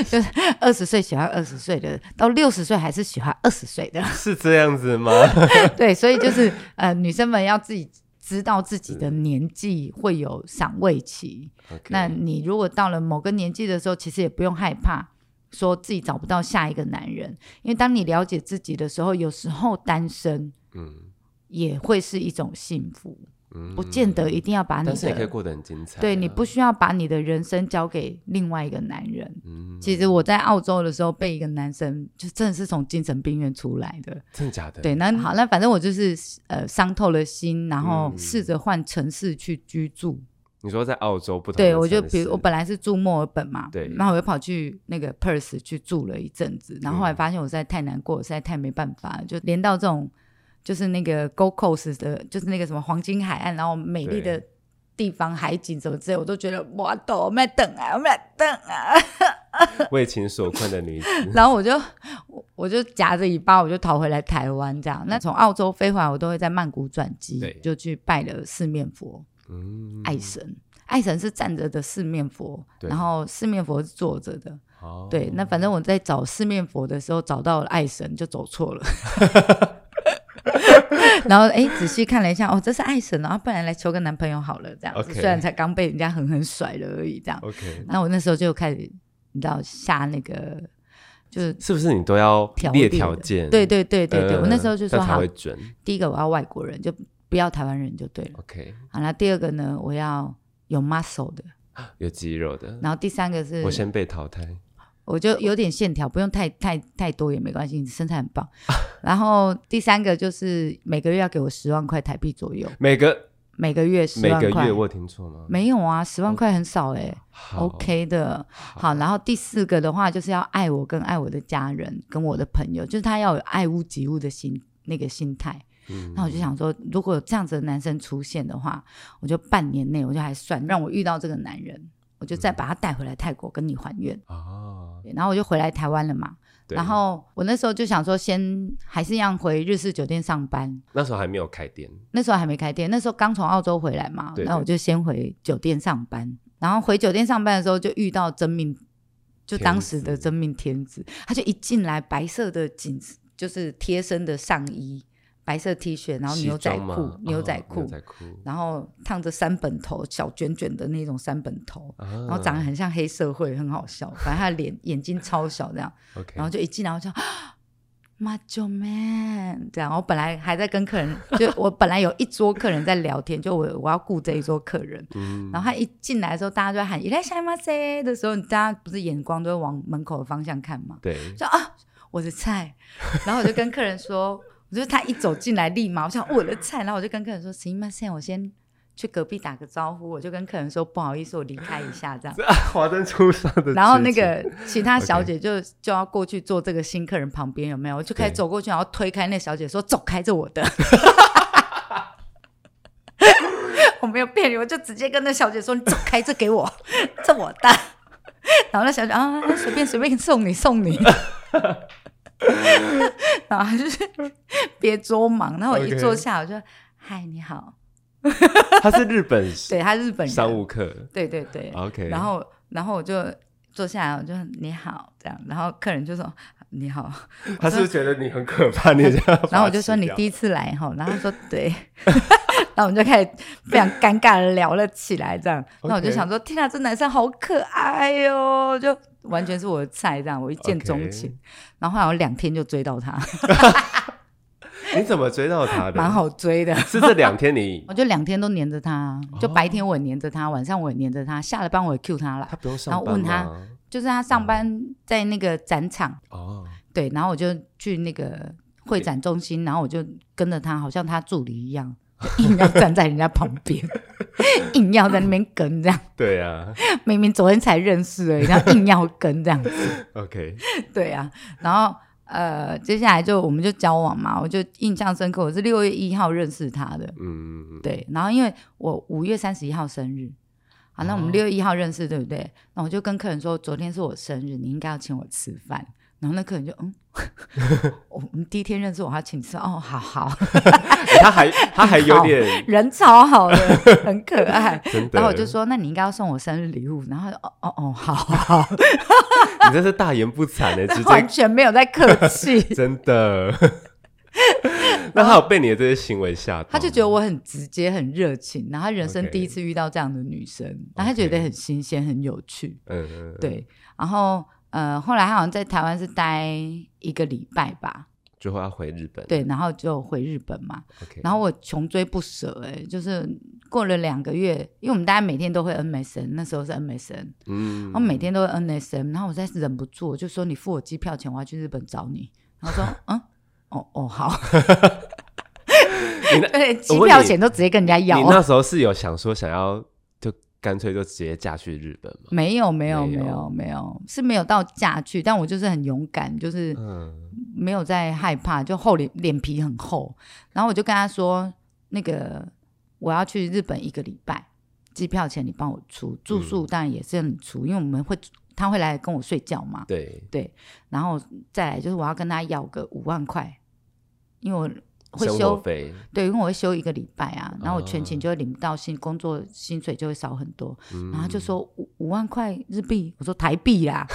B: 就是二十岁喜欢二十岁的，到六十岁还是喜欢二十岁的，
A: 是这样子吗？
B: 对，所以
A: [LAUGHS]
B: 就是呃，女生们要自己知道自己的年纪会有赏味期。
A: OK
B: [LAUGHS] 那你如果到了某个年纪的时候，其实也不用害怕。说自己找不到下一个男人，因为当你了解自己的时候，有时候单身
A: 嗯
B: 也会是一种幸福，
A: 嗯，
B: 不见得一定要把你
A: 但是也可以
B: 的。
A: 过得啊很精彩、
B: 对你不，需要把你的人生交给另外一个男人。
A: 嗯，
B: 其实我在澳洲的时候被一个男生，就真的是从精神病院出来的。
A: 真的假的？
B: 对，那好，那反正我就是呃伤透了心，然后
A: 嗯
B: 试着换城市去居住。
A: 你说在澳洲不同的
B: 对，我就
A: 城
B: 比如我
A: 市
B: 本来是住墨尔本嘛，
A: 对
B: 然后我又跑去那个 Perth 去住了一阵子，然
A: 嗯
B: 后后来发现我实在太难过，我实在太没办法了，就连到这种就是那个 Gold Coast 的，就是那个什么黄金海岸，然后美丽的
A: 对
B: 地方、海景什么之类，我都觉得哇，懂，我们要等啊，我们要等啊，
A: 为情所困的女子，
B: 然后我就我我就夹着尾巴，我就逃回来台湾这样。那从澳洲飞回来，我都会在曼谷转机
A: 对，
B: 就去拜了四面佛。
A: 嗯，
B: 爱神，爱神是站着的四面佛，
A: 对
B: 然后四面佛是坐着的。
A: 哦
B: 对，那反正我在找四面佛的时候找到了爱神，就走
A: [LAUGHS]
B: 错了。然后哎，仔细看了一下，哦，这是爱神啊，不然来求个男朋友好了，这样子。
A: OK
B: 虽然才刚被人家狠狠甩了而已，这样。
A: OK，
B: 那我那时候就开始，你知道下那个，就是
A: 是不是你都要
B: 条
A: 列
B: 例
A: 条
B: 的
A: 件？
B: 对对对对对，
A: 呃
B: 我那时候就
A: 这
B: 说
A: 样才
B: 好
A: 会，准。
B: 第一个我要外国人，就不要台湾人就对了。
A: OK，
B: 好，那第二个呢，我要有 muscle 的，
A: 有肌肉的，
B: 然后第三个是
A: 嗯我先被淘汰。
B: 我就有点线条，不用太太太多也没关系，你身材很
A: [LAUGHS]
B: 棒。然后第三个就是每个月要给我十万块台币左右，
A: 每个
B: 每个月十
A: 每
B: 万
A: 个
B: 块
A: 月，我有听错吗？
B: 没有啊，十万块很少哎、
A: 好
B: OK 的，好，然后第四个的话就是要爱我跟爱我的家人跟我的朋友，就是他要有爱屋及乌的心那个心态。
A: 嗯
B: 那我就想说，如果有这样子的男生出现的话，我就半年内我就还算让我遇到这个男人，我就再把他带回来泰国跟你还愿。
A: 哦，
B: 对然后我就回来台湾了嘛，
A: 对
B: 然后我那时候就想说，先还是一样回日式酒店上班。
A: 那时候还没有开店，
B: 那时候还没开店，那时候刚从澳洲回来嘛，
A: 对对
B: 那我就先回酒店上班。然后回酒店上班的时候，就遇到真命，就当时的真命天子，他就一进来，白色的紧就是贴身的上衣，白色 T 恤，然后
A: 西
B: 牛仔
A: 装吗
B: 裤
A: 哦，
B: 牛仔裤，
A: 牛仔裤，
B: 然后烫着三本头，小卷卷的那种三本头，
A: 然
B: 然后长得很像黑社会，很好笑。反正他的脸眼睛超小这样。
A: OK，
B: 然后就一进来我就。 [GASPS] 妈就 man 这样，我本来还在跟客人，就我本来有一桌客人在聊天，就我我要顾这一桌客人，
A: 嗯
B: 然后他一进来的时候，大家就在喊“伊来下马塞”的时候，你大家不是眼光都会往门口的方向看吗？
A: 对，
B: 说啊，我的菜，然后我就跟客人说，我就他一走进来立马，我想我的菜，然后我就跟客人说，行吗？现在我先去隔壁打个招呼，我就跟客人说不好意思，我离开一下这样。
A: [LAUGHS] 华灯初上的，
B: 然后那个其他小姐就就要过去坐这个新客人旁边，有没有？我就开始
A: 对
B: 走过去，然后推开那小姐说：“走开，这我
A: [LAUGHS]
B: 的。”我没有骗你，我就直接跟那小姐说：“你走开，这给我，这我的。”然后那小姐啊，随便随便送你送你。 [LAUGHS] 然后她就是别捉忙，然后我一
A: OK
B: 坐下，我就嗨你好，
A: [LAUGHS] 他是日本
B: 对她日本人，
A: 商务客
B: 对对对，
A: ，OK，
B: 然后然后我就坐下来，我就你好这样，然后客人就说你好，
A: 他是不是觉得你很可怕，你这样把他吃掉，
B: 然后我就说你第一次来哈，然后他说对， [LAUGHS] 然后我们就开始非常尴尬的聊了起来，这样，那我就
A: OK
B: 想说天啊，这男生好可爱哟、就完全是我的菜，这样我一见钟情
A: OK
B: 然后后来我两天就追到他，
A: 你怎么追到他的？
B: 蛮，好追的。
A: 是这两天
B: [LAUGHS]
A: 你
B: 我就两天都黏着他，就
A: 哦
B: 白天我也黏着他，晚上我也黏着他，下了班我也 Q 他了
A: 他。不用上
B: 然后
A: 班
B: 问他
A: 吗
B: 就是他上班在那个展场，
A: 哦，
B: 对，然后我就去那个会展中心，然后我就跟着他，好像他助理一样，就硬要站在人家旁边， [LAUGHS] 硬要在那边跟这样。
A: 对啊
B: 明明昨天才认识而已，他硬要跟这样。
A: ，OK，
B: 对啊，然后呃，接下来就我们就交往嘛，我就印象深刻，我是六月一号认识他的，
A: 嗯，
B: 对，然后因为我五月三十一号生日。好，那我
A: 哦
B: 们六月一号认识，对不对？那我就跟客人说，昨天是我生日，你应该要请我吃饭。然后那客人就嗯， [LAUGHS] 我们第一天认识，我还要请你吃饭哦，好好， [LAUGHS]
A: 哎他还他还有点
B: 人超
A: [LAUGHS]
B: 好的，很可爱。
A: 真的，
B: 然后我就说，那你应该要送我生日礼物。然后他就哦哦哦，好好好，
A: 你这是大言不惭
B: [LAUGHS]
A: 的，直
B: 完
A: 接
B: 全没有在客气。
A: [LAUGHS] 真的。那他有被你的这些行为吓到吗？
B: 他就觉得我很直接、很热情，然后他人生
A: OK
B: 第一次遇到这样的女生，然后他觉得很新鲜、很有趣。
A: 嗯，嗯，嗯
B: 对，然后呃，后来他好像在台湾是待一个礼拜吧，
A: 就会要回日本。
B: 对，然后就回日本嘛。
A: ，OK，
B: 然后我穷追不舍、哎，就是过了两个月，因为我们大家每天都会 MSN，那时候是 MSN，
A: 嗯
B: 然后每天都会 NSM，然后我实在是忍不住，我就说你付我机票钱，我要去日本找你。然后说，嗯，哦哦好，
A: [LAUGHS] 你那
B: 对，机
A: 我问
B: 票
A: 你
B: 钱都直接跟人家
A: 你
B: 要。
A: 那时候是有想说想要就干脆就直接嫁去日本吗？
B: 没有没有
A: 没
B: 没
A: 有
B: 有没有，是没有到嫁去，但我就是很勇敢，就是
A: 嗯，
B: 没有在害怕，就厚脸脸皮很厚。然后我就跟他说，那个我要去日本一个礼拜，机票钱你帮我
A: 嗯
B: 出，住宿当然也是你出，因为我们会他会来跟我睡觉嘛。
A: 对，
B: 然后再来就是我要跟他要个五万块，因为我会
A: 生活
B: 休
A: 费，
B: 对，因为我会休一个礼拜啊，然后我全
A: 啊
B: 勤就会领不到薪，工作薪水就会少很多。
A: 嗯
B: 然后他就说五五万块日币，我说台币啦，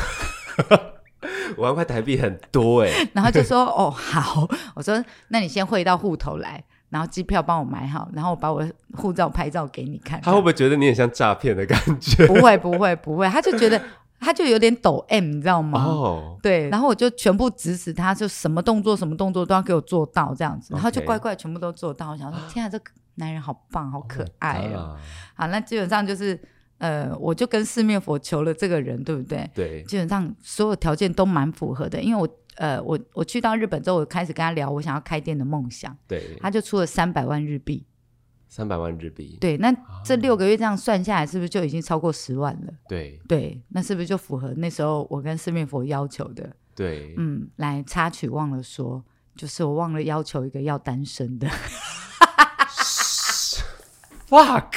A: 五万块台币很多哎、
B: [LAUGHS] 然后就说哦好，我说那你先汇到户头来，然后机票帮我买好，然后我把我的护照拍照给你看。
A: 他会不会觉得你很像诈骗的感觉？
B: [LAUGHS] 不会不会不会，他就觉得他就有点抖 M，你知道吗？
A: 哦，
B: 对，然后我就全部指使他，就什么动作什么动作都要给我做到这样子，然后就
A: OK
B: 乖乖全部都做到。我想说，天啊，这个男人好棒，好可爱
A: 啊
B: 哦！好，那基本上就是呃，我就跟四面佛求了这个人，对不对？
A: 对，
B: 基本上所有条件都蛮符合的，因为我呃，我我去到日本之后，我开始跟他聊我想要开店的梦想，
A: 对，
B: 他就出了三百万日币。
A: 三百万日币，
B: 对，那
A: 啊
B: 这六个月这样算下来，是不是就已经超过十万了？
A: 对
B: 对，那是不是就符合那时候我跟四面佛要求的？
A: 对，
B: 嗯，来插曲忘了说，就是我忘了要求一个要单身的，
A: fuck，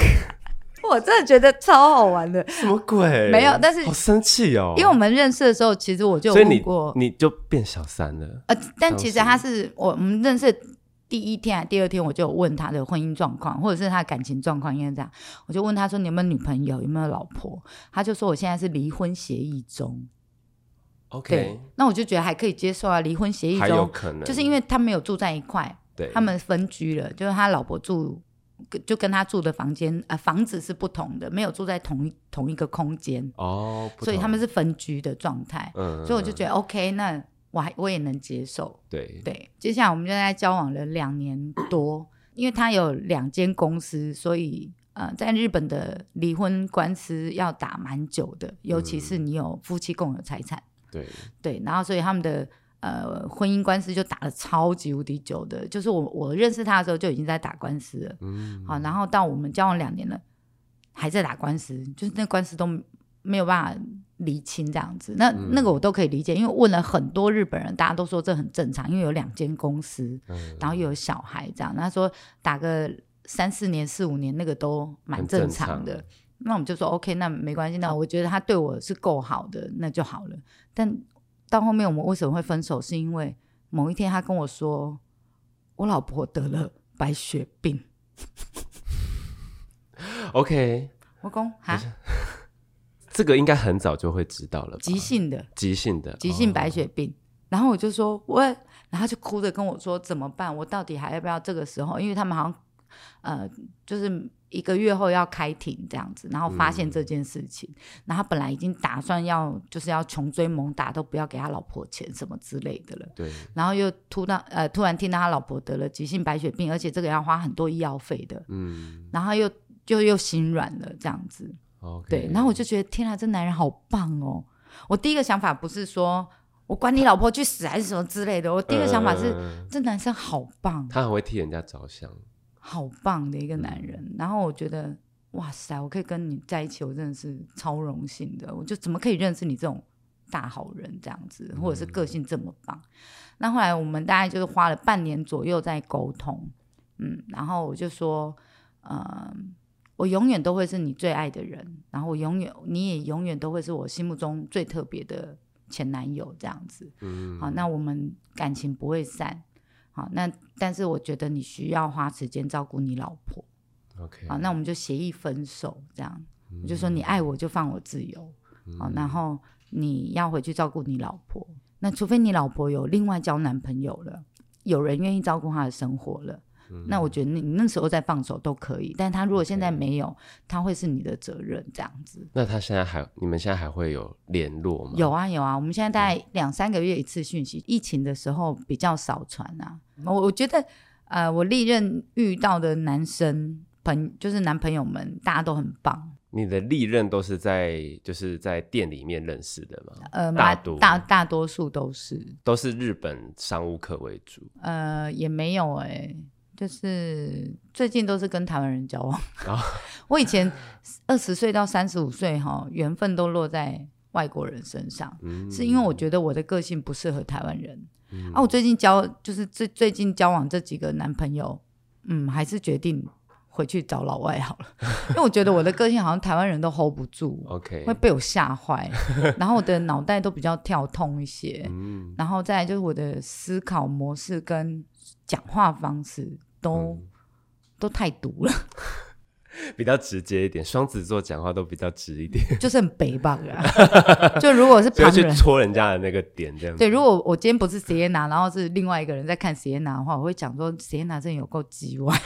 B: [LAUGHS] 我真的觉得超好玩的，
A: 什么鬼？
B: 没有但是
A: 好生气哦，
B: 因为我们认识的时候，其实我就
A: 所以
B: 有问
A: 你
B: 过，
A: 你就变小三了，
B: 呃，但
A: 当
B: 其实
A: 时
B: 他是我我们认识第一天、啊、第二天，我就有问他的婚姻状况，或者是他的感情状况，应该这样，我就问他说你有没有女朋友，有没有老婆？他就说我现在是离婚协议中，对
A: OK，，
B: 那我就觉得还可以接受啊，离婚协议
A: 还有
B: 中，
A: 可能，
B: 就是因为他没有住在一块，
A: 对
B: 他们分居了，就是他老婆住，跟就跟他住的房间啊、呃房子是不同的，没有住在同一同一个空间，
A: 哦，不
B: 所以
A: 同
B: 他们是分居的状态。
A: 嗯，
B: 所以我就觉得 OK，那我还我也能接受。
A: 对
B: 对，接下来我们就在交往了两年多，因为他有两间公司，所以呃，在日本的离婚官司要打蛮久的，尤其是你有夫妻共有财产。
A: 对
B: 对，然后所以他们的呃婚姻官司就打得超级无敌久的，就是我我认识他的时候就已经在打官司了，
A: 嗯
B: 好，然后到我们交往两年了，还在打官司，就是那官司都没有办法厘清这样子，那、
A: 嗯
B: 那个我都可以理解，因为问了很多日本人，大家都说这很正常，因为有两间公司，
A: 嗯
B: 然后又有小孩这样，他说打个三四年、四五年那个都蛮
A: 很正
B: 正常
A: 常
B: 的。那我们就说 OK，那没关系，那我觉得他对我是够好的，那就好了。但到后面我们为什么会分手，是因为某一天他跟我说，我老婆得了白血病。
A: OK，
B: 我讲哈，
A: 这个应该很早就会知道了吧，
B: 急性的
A: 急性的哦
B: 急性白血病。然后我就说我，然后他就哭着跟我说怎么办？我到底还要不要这个时候？因为他们好像呃，就是一个月后要开庭这样子，然后发现这件事情，然后他本来已经打算要就是要穷追猛打，都不要给他老婆钱什么之类的了。
A: 对
B: 然后又突然呃突然听到他老婆得了急性白血病，而且这个要花很多医药费的，
A: 嗯
B: 然后又就又心软了这样子。
A: OK，
B: 对，然后我就觉得天啊，这男人好棒哦！我第一个想法不是说我管你老婆去死还是什么之类的，我第一个想法是、
A: 嗯
B: 这男生好棒，
A: 他很会替人家着想，
B: 好棒的一个男人。然后我觉得哇塞，我可以跟你在一起，我真的是超荣幸的。我就怎么可以认识你这种大好人这样子，或者是个性这么棒？那后来我们大概就是花了半年左右在沟通，嗯，然后我就说，呃，我永远都会是你最爱的人，然后我永远你也永远都会是我心目中最特别的前男友这样子。
A: 嗯，
B: 好，那我们感情不会散。好，那但是我觉得你需要花时间照顾你老婆。
A: OK，嗯
B: 好，那我们就协议分手，这样我就说你爱我就放我自由。好，然后你要回去照顾你老婆。那除非你老婆有另外交男朋友了，有人愿意照顾她的生活了，那我觉得你你那时候再放手都可以，但他如果现在没有，他会是你的责任这样子。
A: 那他现在还，你们现在还会有联络吗？嗯
B: 有啊有啊，我们现在大概两三个月一次讯息，疫情的时候比较少传啊。我我觉得，呃，我历任遇到的男生朋，就是男朋友们，大家都很棒。
A: 你的历任都是在就是在店里面认识的吗？
B: 呃，
A: 大
B: 蛮
A: 多
B: 大大多数都是，
A: 都是日本商务客为主
B: 呃，也没有哎、就是最近都是跟台湾人交往。
A: 啊
B: [LAUGHS] 我以前二十岁到三十五岁哈，缘分都落在外国人身上。
A: 嗯
B: 是因为我觉得我的个性不适合台湾人。啊，我最近交就是最最近交往这几个男朋友，嗯，还是决定回去找老外好了， [LAUGHS] 因为我觉得我的个性好像台湾人都 hold 不住，
A: OK，
B: 会被我吓坏，然后我的脑袋都比较跳痛一些，
A: 嗯
B: 然后再来就是我的思考模式跟讲话方式都、
A: 嗯
B: 都太毒了， [LAUGHS]
A: 比较直接一点，双子座讲话都比较直一点，
B: 就是很北吧、 [LAUGHS] 啊，就如果是
A: 就
B: 旁
A: 会去
B: 人。
A: 戳人家的那个点这样子。
B: 对，如果我今天不是 Sienna，然后是另外一个人在看 Sienna 的话，我会讲说 Sienna 真的有够叽歪。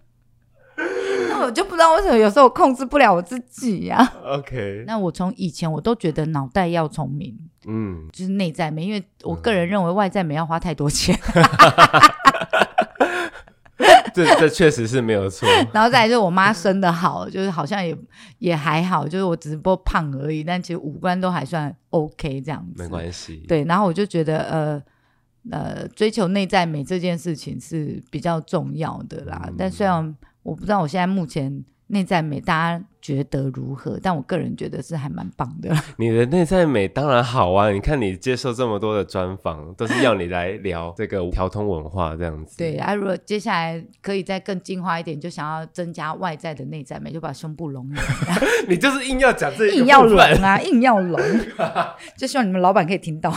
B: [LAUGHS] 那我就不知道为什么有时候我控制不了我自己呀、
A: OK，
B: 那我从以前我都觉得脑袋要聪明，
A: 嗯，
B: 就是内在美，因为我个人认为外在美要花太多钱， [LAUGHS]
A: 这这确实是没有错。
B: 然后再来就是我妈生的好，就是好像也也还好，就是我只不过胖而已，但其实五官都还算 OK 这样子。
A: 没关系，
B: 对，然后我就觉得呃呃，追求内在美这件事情是比较重要的啦。但
A: 嗯
B: 虽然我不知道我现在目前内在美大家觉得如何，但我个人觉得是还蛮棒的啦。 [LAUGHS]
A: 你的内在美当然好啊！你看你接受这么多的专访，都是要你来聊这个调通文化这样子。
B: 对，啊，如果接下来可以再更进化一点，就想要增加外在的内在美，就把胸部隆起来，
A: 你就是硬要讲这一个
B: 硬要
A: 部
B: 隆
A: 分
B: 啊，硬要隆， [LAUGHS] 就希望你们老板可以
A: [LAUGHS]
B: 听到。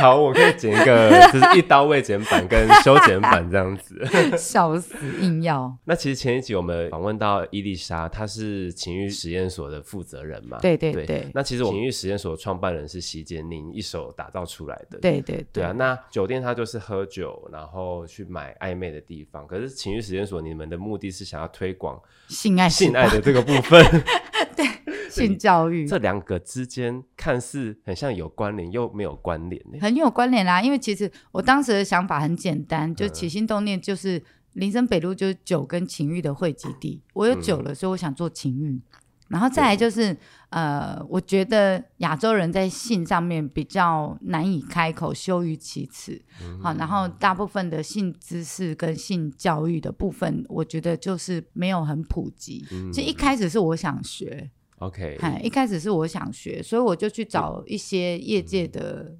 A: 好，我可以剪一个， [LAUGHS] 就是一刀未剪版跟修剪版这样子。
B: 笑死，硬要。
A: 那其实前一集我们访问到伊丽莎，她是情欲实验所的负责人嘛？
B: 对对
A: 对
B: 对
A: 那其实我们情欲实验所的创办人是席杰宁一手打造出来的。
B: 对对
A: 对啊，那酒店它就是喝酒，然后去买暧昧的地方。可是情欲实验所，你们的目的是想要推广
B: 性爱
A: 性
B: 是
A: 爱的这个部
B: [LAUGHS]
A: 分，
B: 性教育，
A: 这两个之间看似很像有关联，欸又没有关联呢。
B: 很有关联啦。因为其实我当时的想法很简单，就起心动念就是林森北路就是酒跟情欲的汇集地。我有酒了，所以我想做情欲。然后再来就是，呃，我觉得亚洲人在性上面比较难以开口，羞于启齿。好、然后大部分的性知识跟性教育的部分，我觉得就是没有很普及。其实一开始是我想学，
A: 嗯 OK，
B: 哎，一开始是我想学，所以我就去
A: 嗯
B: 找一些业界的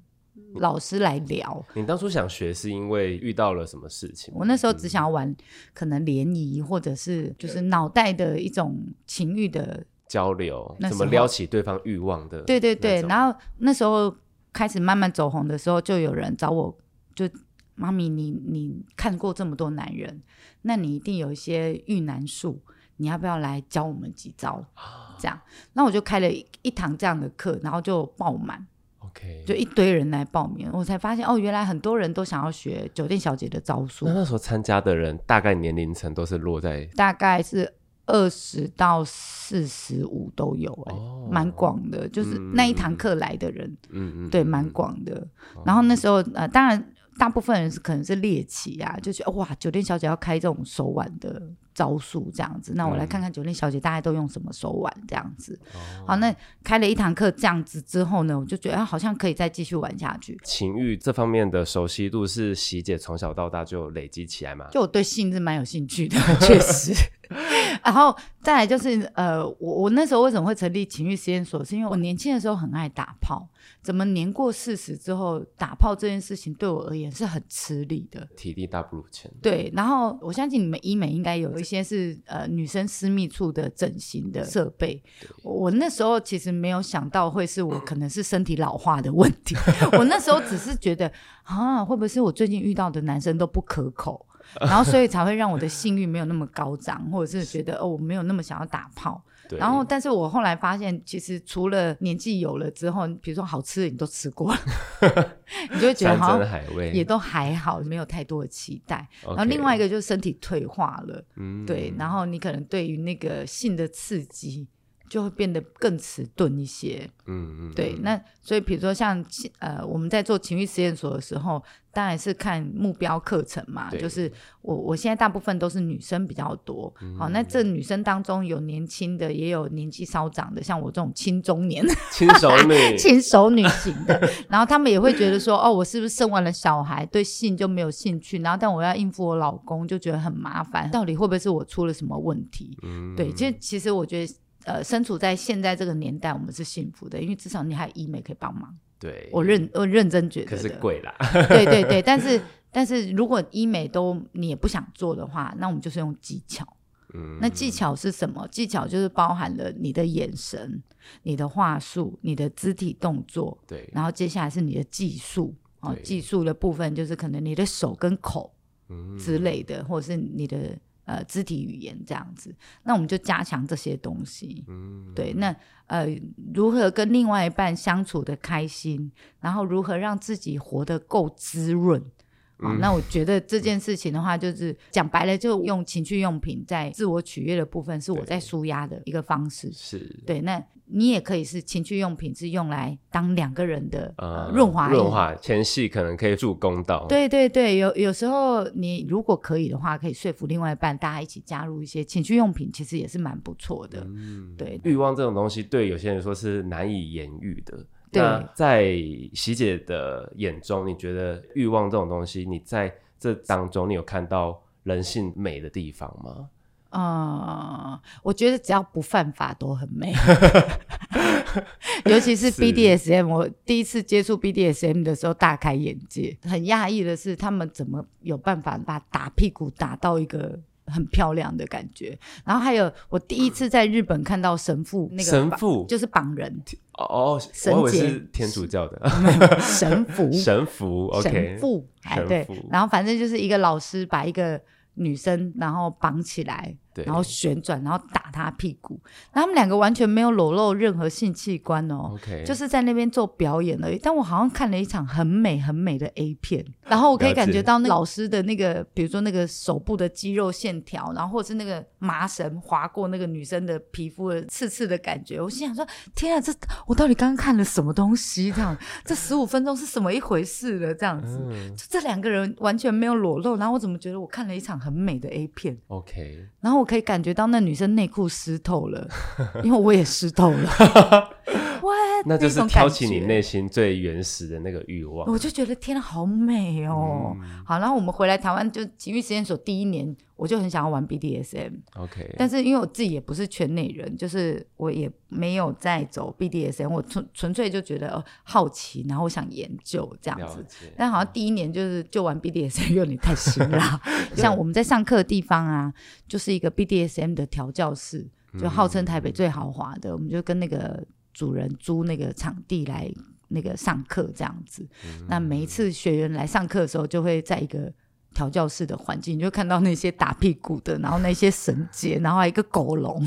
B: 老师来聊。
A: 你当初想学是因为遇到了什么事情吗？
B: 我那时候只想要玩可能联谊，或者是就是脑袋的一种情欲的，
A: 交流，
B: 那时
A: 怎
B: 候
A: 么撩起对方欲望的？
B: 对对
A: 那
B: 对。
A: 种
B: 然后那时候开始慢慢走红的时候，就有人找我，就妈咪，你你看过这么多男人，那你一定有一些遇难术，你要不要来教我们几招？
A: 啊
B: 这样，那我就开了一一堂这样的课，然后就爆满。
A: OK，
B: 就一堆人来报名，我才发现哦，原来很多人都想要学酒店小姐的招数
A: 那，那时候参加的人大概年龄层都是落在
B: 大概是二十到四十五都有、哎、
A: 哦嗯
B: 蛮广的，就是那一堂课来的人，
A: 嗯嗯，嗯
B: 对，
A: 哦
B: 蛮广的。然后那时候呃，当然大部分人是可能是猎奇啊，就觉得哇，酒店小姐要开这种手腕的招数这样子，那我来
A: 嗯
B: 看看酒店小姐大概都用什么手腕这样子。
A: 哦
B: 好，那开了一堂课这样子之后呢，我就觉得、啊、好像可以再继续玩下去。
A: 情欲这方面的熟悉度是喜姐从小到大就累积起来嘛？
B: 就我对性是蛮有兴趣的， [LAUGHS] 确实。然后再来就是，呃，我我那时候为什么会成立情欲实验所，是因为我年轻的时候很爱打炮，怎么年过四十之后打炮这件事情对我而言是很吃力的。
A: 体力大不如前，
B: 对，然后我相信你们医美应该有一些是呃女生私密处的整形的设备。我我那时候其实没有想到会是我可能是身体老化的问题，我那时候只是觉得啊，会不会是我最近遇到的男生都不可口，然后所以才会让我的性欲没有那么高涨，或者是觉得哦我没有那么想要打炮。
A: 对
B: 然后，但是我后来发现，其实除了年纪有了之后，比如说好吃的你都吃过了， [LAUGHS] 你就会觉得
A: 山
B: 好
A: 珍
B: 像
A: 海味
B: 也都还好，没有太多的期待。然后另外一个就是身体退化了，
A: 嗯
B: 对，然后你可能对于那个性的刺激就会变得更迟钝一些。
A: 嗯嗯，
B: 对，
A: 嗯
B: 那所以比如说像情呃，我们在做情欲实验所的时候，当然是看目标课程嘛，
A: 对
B: 就是我我现在大部分都是女生比较多，
A: 嗯
B: 好，那这女生当中有年轻的，也有年纪稍长的，像我这种青中年、
A: 亲手
B: [LAUGHS]
A: 女
B: 轻熟女型的， [LAUGHS] 然后他们也会觉得说，哦，我是不是生完了小孩对性就没有兴趣，然后但我要应付我老公，就觉得很麻烦，到底会不会是我出了什么问题？
A: 嗯
B: 对，其实其实我觉得，呃，身处在现在这个年代，我们是幸福的，因为至少你还有医美可以帮忙。
A: 对，
B: 我认我认真觉得
A: 可
B: 的，
A: 是贵啦，
B: 对对
A: [LAUGHS]
B: 对，但是但是如果医美都你也不想做的话，那我们就是用技巧。
A: 嗯，
B: 那技巧是什么？技巧就是包含了你的眼神、你的话术、你的肢体动作，
A: 对，
B: 然后接下来是你的技术哦，
A: 对
B: 技术的部分就是可能你的手跟口。
A: 嗯
B: 之类的，或者是你的呃肢体语言这样子，那我们就加强这些东西。
A: 嗯
B: 对，那呃，如何跟另外一半相处的开心，然后如何让自己活得够滋润。好、
A: 嗯
B: 那我觉得这件事情的话，就是讲白了，就用情趣用品在自我取悦的部分，是我
A: 对
B: 在舒压的一个方式。
A: 是
B: 对，那你也可以是情趣用品，是用来当两个人的呃
A: 呃
B: 润滑液
A: 润滑前戏可能可以助攻到，
B: 对对对，有有时候你如果可以的话，可以说服另外一半，大家一起加入一些情趣用品，其实也是蛮不错的。
A: 嗯，
B: 对
A: 欲望这种东西对有些人说是难以言喻的。
B: 对
A: 那在喜姐的眼中，你觉得欲望这种东西，你在这当中，你有看到人性美的地方吗？
B: 呃，我觉得只要不犯法都很
A: [LAUGHS]
B: 美，尤其是
A: 是
B: BDSM。我第一次接触 BDSM 的时候大开眼界，很讶异的是他们怎么有办法把打屁股打到一个。很漂亮的感觉，然后还有我第一次在日本看到神父那个
A: 神
B: 绑
A: 父
B: 就是
A: [LAUGHS]
B: 绑人
A: 哦，
B: 神
A: 我以为
B: 节
A: 是天主教的
B: 神符，
A: 神符，OK，
B: 神父，哎，
A: 神
B: 对
A: 父，
B: 然后反正就是一个老师把一个女生然后绑起来，
A: 对，
B: 然后旋转，然后打她屁股，然后他们两个完全没有裸露任何性器官哦。
A: OK，
B: 就是是在那边做表演而已，但我好像看了一场很美很美的 A 片，然后我可以
A: 了解
B: 感觉到那老师的那个，比如说那个手部的肌肉线条，然后或者是那个麻绳划过那个女生的皮肤的刺刺的感觉，我心想说：天啊，这我到底刚刚看了什么东西？这样，这十五分钟是什么一回事了？这样子，
A: 嗯
B: 就这两个人完全没有裸露，然后我怎么觉得我看了一场很美的 A 片？
A: OK，
B: 然后我可以感觉到那女生内裤湿透
A: [LAUGHS]
B: 了，因为我也湿透了。哇，
A: 那就是
B: 种
A: 挑
B: 感
A: 起
B: 觉，
A: 你内心最原始的那个欲望。
B: 我就觉得天啊，好美哦！
A: 嗯
B: 好，然后我们回来台湾，就情欲实验所第一年，我就很想要玩 BDSM，
A: OK，
B: 但是因为我自己也不是圈内人，就是我也没有在走 BDSM，我纯纯粹就觉得、呃好奇，然后我想研究这样
A: 了
B: 子。
A: 解，
B: 但好像第一年就是就玩 BDSM 有点太辛辣，像我们在上课的地方啊，就是一个 BDSM 的调教室，就号称台北最豪华的，我们就跟那个主人租那个场地来那个上课这样子。那每一次学员来上课的时候，就会在一个。调教室的环境，你就看到那些打屁股的，然后那些绳结，然后还有一个狗笼，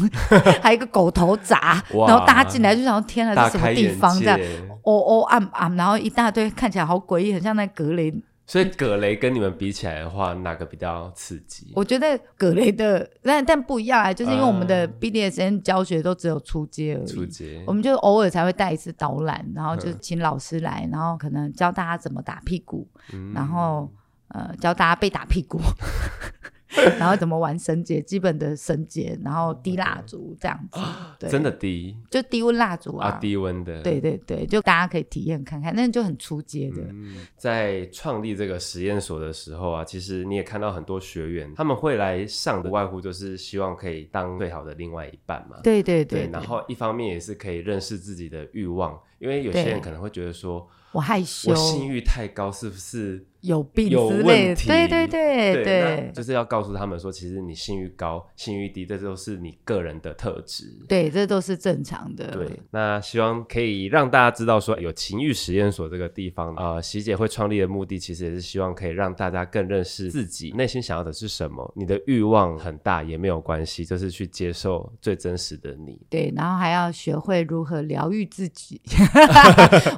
B: 还有一个狗头闸，
A: 哇
B: 然后大家进来就想说，天啊，
A: 大
B: 这什
A: 开
B: 么地
A: 眼
B: 方这样？
A: 界。
B: 哦哦暗暗，然后一大堆看起来好诡异，很像那格雷。
A: 所以葛雷跟你们比起来的话，哪个比较刺激？
B: 我觉得格雷的，但但不一样啊，就是因为我们的
A: 嗯
B: BDSM 教学都只有初阶而
A: 出
B: 已。
A: 街
B: 我们就偶尔才会带一次导览，然后就请老师来，然后可能教大家怎么打屁股，
A: 嗯
B: 然后呃教大家被打屁股，
A: [LAUGHS]
B: 然后怎么玩绳结，基本的绳结，然后滴蜡烛这样子，对，
A: 哦啊真的低
B: 就低温蜡烛
A: 啊，
B: 啊，
A: 低温的。
B: 对对对，就大家可以体验看看，那就很初阶的，
A: 嗯，在创立这个实验所的时候啊，其实你也看到很多学员，他们会来上的，无外乎就是希望可以当最好的另外一半嘛。
B: 对对对，
A: 然后一方面也是可以认识自己的欲望，因为有些
B: 对
A: 人可能会觉得说，
B: 我害羞
A: 我，性欲太高是不是
B: 有病
A: 有
B: 之类的
A: 问，题？
B: 对对对
A: 对那就是要告诉他们说，其实你性欲高、性欲低，这都是你个人的特质。
B: 对，这都是正常的。
A: 对，那希望可以让大家知道说，有情欲实验所这个地方，呃，喜姐会创立的目的，其实也是希望可以让大家更认识自己内心想要的是什么。你的欲望很大也没有关系，就是去接受最真实的你。
B: 对，然后还要学会如何疗愈自
A: [LAUGHS]
B: 己。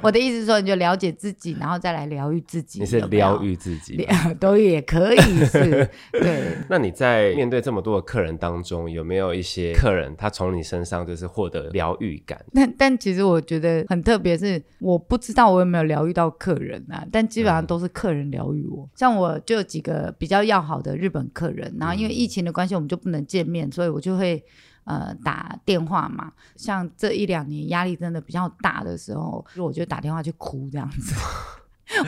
B: 我的意思是说，你就了解自己，然后再来疗愈自己。
A: 你是
B: 有没有
A: 疗愈自己吗，
B: 疗 [LAUGHS] 都也可以是，对。
A: [LAUGHS] 那你在面对这么多的客人当中，有没有一些客人他从你身上就是获得疗愈感？
B: 但但其实我觉得很特别，是我不知道我有没有疗愈到客人啊，但基本
A: 嗯
B: 上都是客人疗愈我。像我就有几个比较要好的日本客人，然后
A: 嗯
B: 因为疫情的关系，我们就不能见面，所以我就会呃打电话嘛。像这一两年压力真的比较大的时候，我就打电话去哭这样子。 [LAUGHS]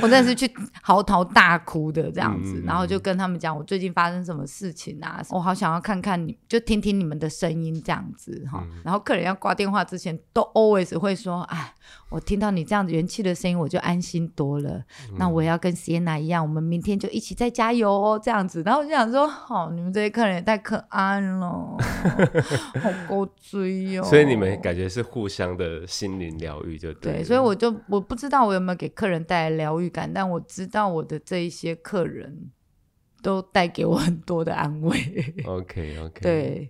B: 我真的是去嚎啕大哭的这样子，
A: 嗯
B: 然后就跟他们讲我最近发生什么事情啊，我好想要看看你，就听听你们的声音这样子哈。
A: 嗯
B: 然后客人要挂电话之前，都 always 会说，哎，我听到你这样子元气的声音，我就安心多了。
A: 嗯
B: 那我也要跟 Sienna 一样，我们明天就一起再加油哦，这样子。然后我就想说，哦，你们这些客人也太可
A: [LAUGHS]
B: 爱了，好够追哦。
A: 所以你们感觉是互相的心灵疗愈，就对了。
B: 对，所以我就我不知道我有没有给客人带来疗愈感，但我知道我的这一些客人都带给我很多的安慰。 [LAUGHS]
A: OK OK。
B: 对，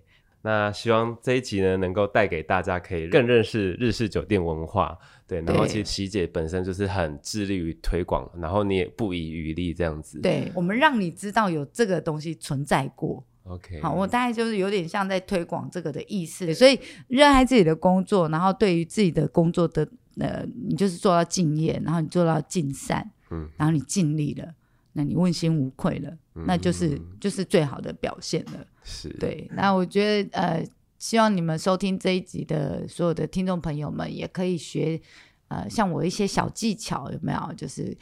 A: 嗯那希望这一集呢，能够带给大家可以更认识日式酒店文化。对，然后
B: 对
A: 其实喜姐本身就是很致力于推广，然后你也不遗余力这样子。
B: 对，我们让你知道有这个东西存在过。
A: ，OK，嗯
B: 好，我大概就是有点像在推广这个的意思，所以热爱自己的工作，然后对于自己的工作的呃，你就是做到敬业，然后你做到尽善，
A: 嗯，
B: 然后你尽力了，那你问心无愧了，那就是
A: 嗯
B: 就是最好的表现了。
A: 是，，
B: 对，那我觉得呃，希望你们收听这一集的所有的听众朋友们，也可以学呃，像我一些小技巧，有没有？就是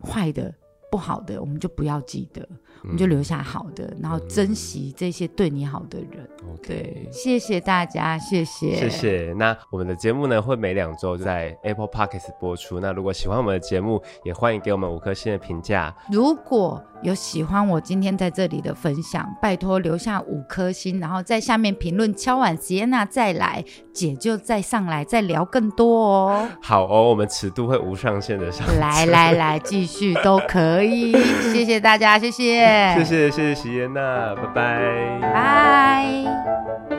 B: 坏的、不好的，我们就不要记得，我们就留下好的，然后珍惜这些对你好的人。对
A: OK，。
B: 谢谢大家，谢谢，
A: 谢谢。那我们的节目呢，会每两周就在 Apple Podcast 播出。那如果喜欢我们的节目，也欢迎给我们五颗星的评价。
B: 如果有喜欢我今天在这里的分享，拜托留下五颗星，然后在下面评论敲碗，吉耶娜再来，姐就再上来再聊更多哦。
A: 好哦，我们尺度会无上限的上。
B: [LAUGHS] 来来来，继续都可以，谢谢大家，谢谢，
A: 谢，谢谢谢席耶娜，拜拜。
B: 拜。